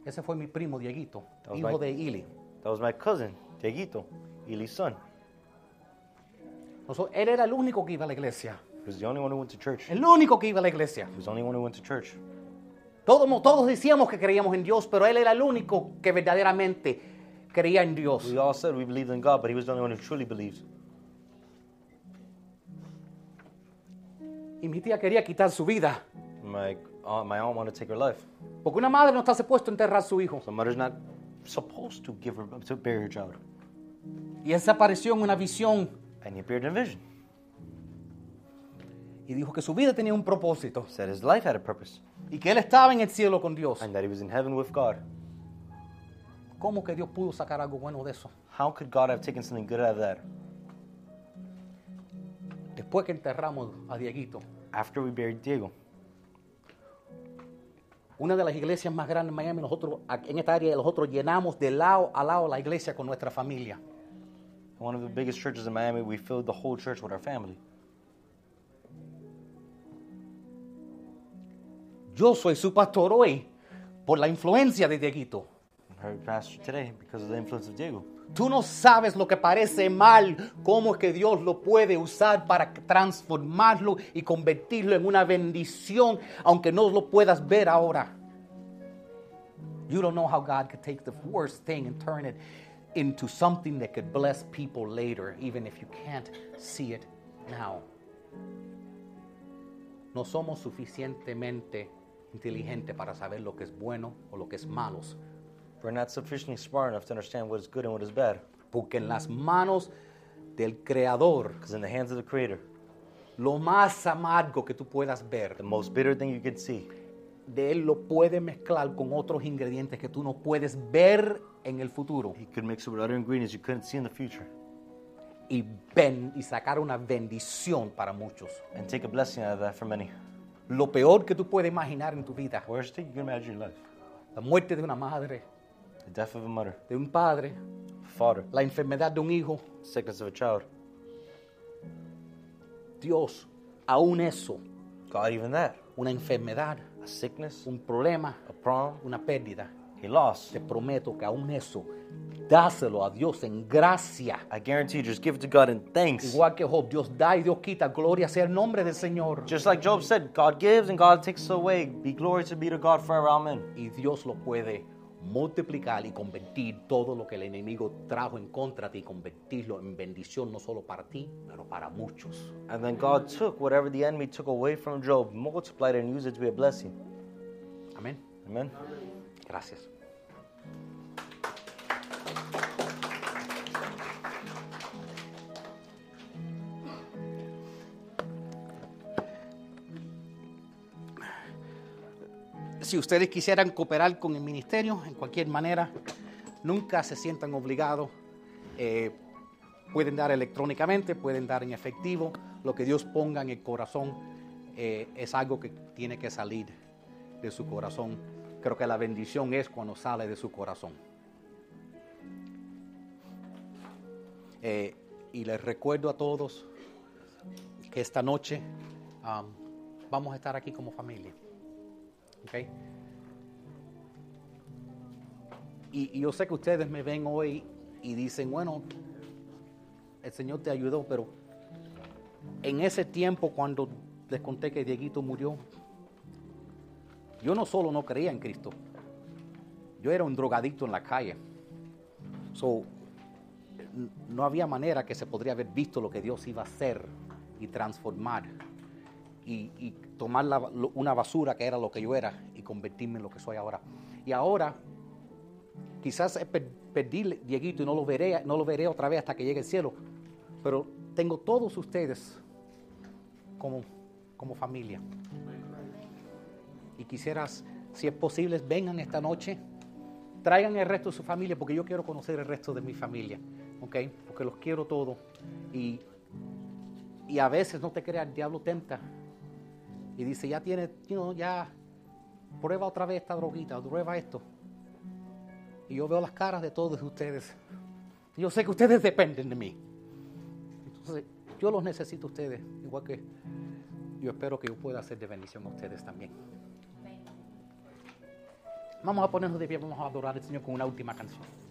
Speaker 2: Ese fue mi primo Dieguito,
Speaker 3: That was
Speaker 2: hijo
Speaker 3: my-
Speaker 2: de Ili.
Speaker 3: That was my cousin, Dieguito, Ili's son.
Speaker 2: Noso- Él era el único que iba a la iglesia.
Speaker 3: He was the only one who went to church. He
Speaker 2: El único que iba a la iglesia.
Speaker 3: was the only one who went to church.
Speaker 2: Todos, todos decíamos que creíamos en Dios, pero él era el único que verdaderamente creía en Dios.
Speaker 3: We all said we believed in God, but he was the only one who truly believed.
Speaker 2: Y mi tía quería quitar su vida.
Speaker 3: My, uh, my aunt wanted to take her life.
Speaker 2: Porque una madre no está supuesto a enterrar a su hijo.
Speaker 3: So mother's not supposed to give her to bury her child.
Speaker 2: Y él se apareció en una visión
Speaker 3: And he appeared in a vision.
Speaker 2: y dijo que su vida tenía un propósito
Speaker 3: said his life had a purpose
Speaker 2: y que él estaba en el cielo con Dios.
Speaker 3: and that he was in heaven with God.
Speaker 2: ¿Cómo que Dios pudo sacar algo bueno de eso?
Speaker 3: How could God have taken something good out of that?
Speaker 2: Después que enterramos a Dieguito,
Speaker 3: After we buried Diego,
Speaker 2: una de las iglesias más grandes en Miami, nosotros aquí en esta área, nosotros llenamos de lado a lado la iglesia con nuestra familia.
Speaker 3: one of the biggest churches in Miami, we filled the whole church with our family.
Speaker 2: Yo soy su pastor hoy por la influencia de Dieguito.
Speaker 3: I'm her pastor today because of the influence of Diego.
Speaker 2: Tú no sabes lo que parece mal, cómo es que Dios lo puede usar para transformarlo y convertirlo en una bendición, aunque no lo puedas ver ahora. You don't know how God could take the worst thing and turn it into something that could bless people later, even if you can't see it now. No somos suficientemente inteligentes para saber lo que es bueno o lo que es malos.
Speaker 3: We're not sufficiently smart enough to understand what is good and what is bad.
Speaker 2: Porque en las manos del Creador,
Speaker 3: Because in the hands of the Creator,
Speaker 2: lo más amargo que tú puedas
Speaker 3: the
Speaker 2: ver,
Speaker 3: most bitter thing you can see,
Speaker 2: de Él lo puede mezclar con otros ingredientes que tú no puedes ver en el futuro
Speaker 3: He could mix it with other ingredients you couldn't see in the future
Speaker 2: y, ben- y sacar una bendición para muchos.
Speaker 3: and take a blessing out of that for many.
Speaker 2: Lo peor que tú puedes imaginar en tu vida,
Speaker 3: Worst thing you can imagine in your life
Speaker 2: la muerte de una madre,
Speaker 3: the death of a mother,
Speaker 2: de un padre,
Speaker 3: father,
Speaker 2: la enfermedad de un hijo,
Speaker 3: sickness of a child.
Speaker 2: Dios, aún eso,
Speaker 3: God, even that.
Speaker 2: una enfermedad,
Speaker 3: A sickness,
Speaker 2: un problema,
Speaker 3: a problem,
Speaker 2: una pérdida,
Speaker 3: a loss.
Speaker 2: te prometo que aún eso, dáselo a Dios en gracia.
Speaker 3: I guarantee you, just give it to God in thanks.
Speaker 2: Igual que Job, Dios da y Dios quita. Gloria sea el nombre del Señor.
Speaker 3: Just like Job said, God gives and God takes away. Be glory to be to God forever. Amen.
Speaker 2: Y Dios lo puede multiplicar y convertir todo lo que el enemigo trajo en contra de ti, convertirlo en bendición no solo para ti, pero para muchos.
Speaker 3: And then God took whatever the enemy took away from Job, multiplied it, and used it to be a blessing.
Speaker 2: Amén.
Speaker 3: Amen.
Speaker 2: Gracias. Si ustedes quisieran cooperar con el ministerio en cualquier manera, nunca se sientan obligados. Eh, pueden dar electrónicamente, pueden dar en efectivo. Lo que Dios ponga en el corazón eh, es algo que tiene que salir de su corazón. Creo que la bendición es cuando sale de su corazón. Eh, y les recuerdo a todos que esta noche um, vamos a estar aquí como familia. ¿ok? Y, y yo sé que ustedes me ven hoy y dicen, bueno, el Señor te ayudó, pero en ese tiempo cuando les conté que Dieguito murió, yo no solo no creía en Cristo, yo era un drogadicto en la calle. So, n- no había manera que se podría haber visto lo que Dios iba a hacer y transformar y, y tomar la- lo- una basura que era lo que yo era y convertirme en lo que soy ahora. Y ahora quizás es per- perdí Dieguito y no lo veré, no lo veré otra vez hasta que llegue el cielo. Pero tengo todos ustedes como, como familia. Y quisieras, si es posible, vengan esta noche, traigan el resto de su familia, porque yo quiero conocer el resto de mi familia, ¿ok? Porque los quiero todos. Y, y a veces, no te creas, el diablo tenta. Y dice, ya tiene, you know, ya, prueba otra vez esta droguita, prueba esto. Y yo veo las caras de todos ustedes. Yo sé que ustedes dependen de mí. Entonces, yo los necesito a ustedes, igual que yo espero que yo pueda ser de bendición a ustedes también. Vamos a ponernos de pie, vamos a adorar al Señor con una última canción.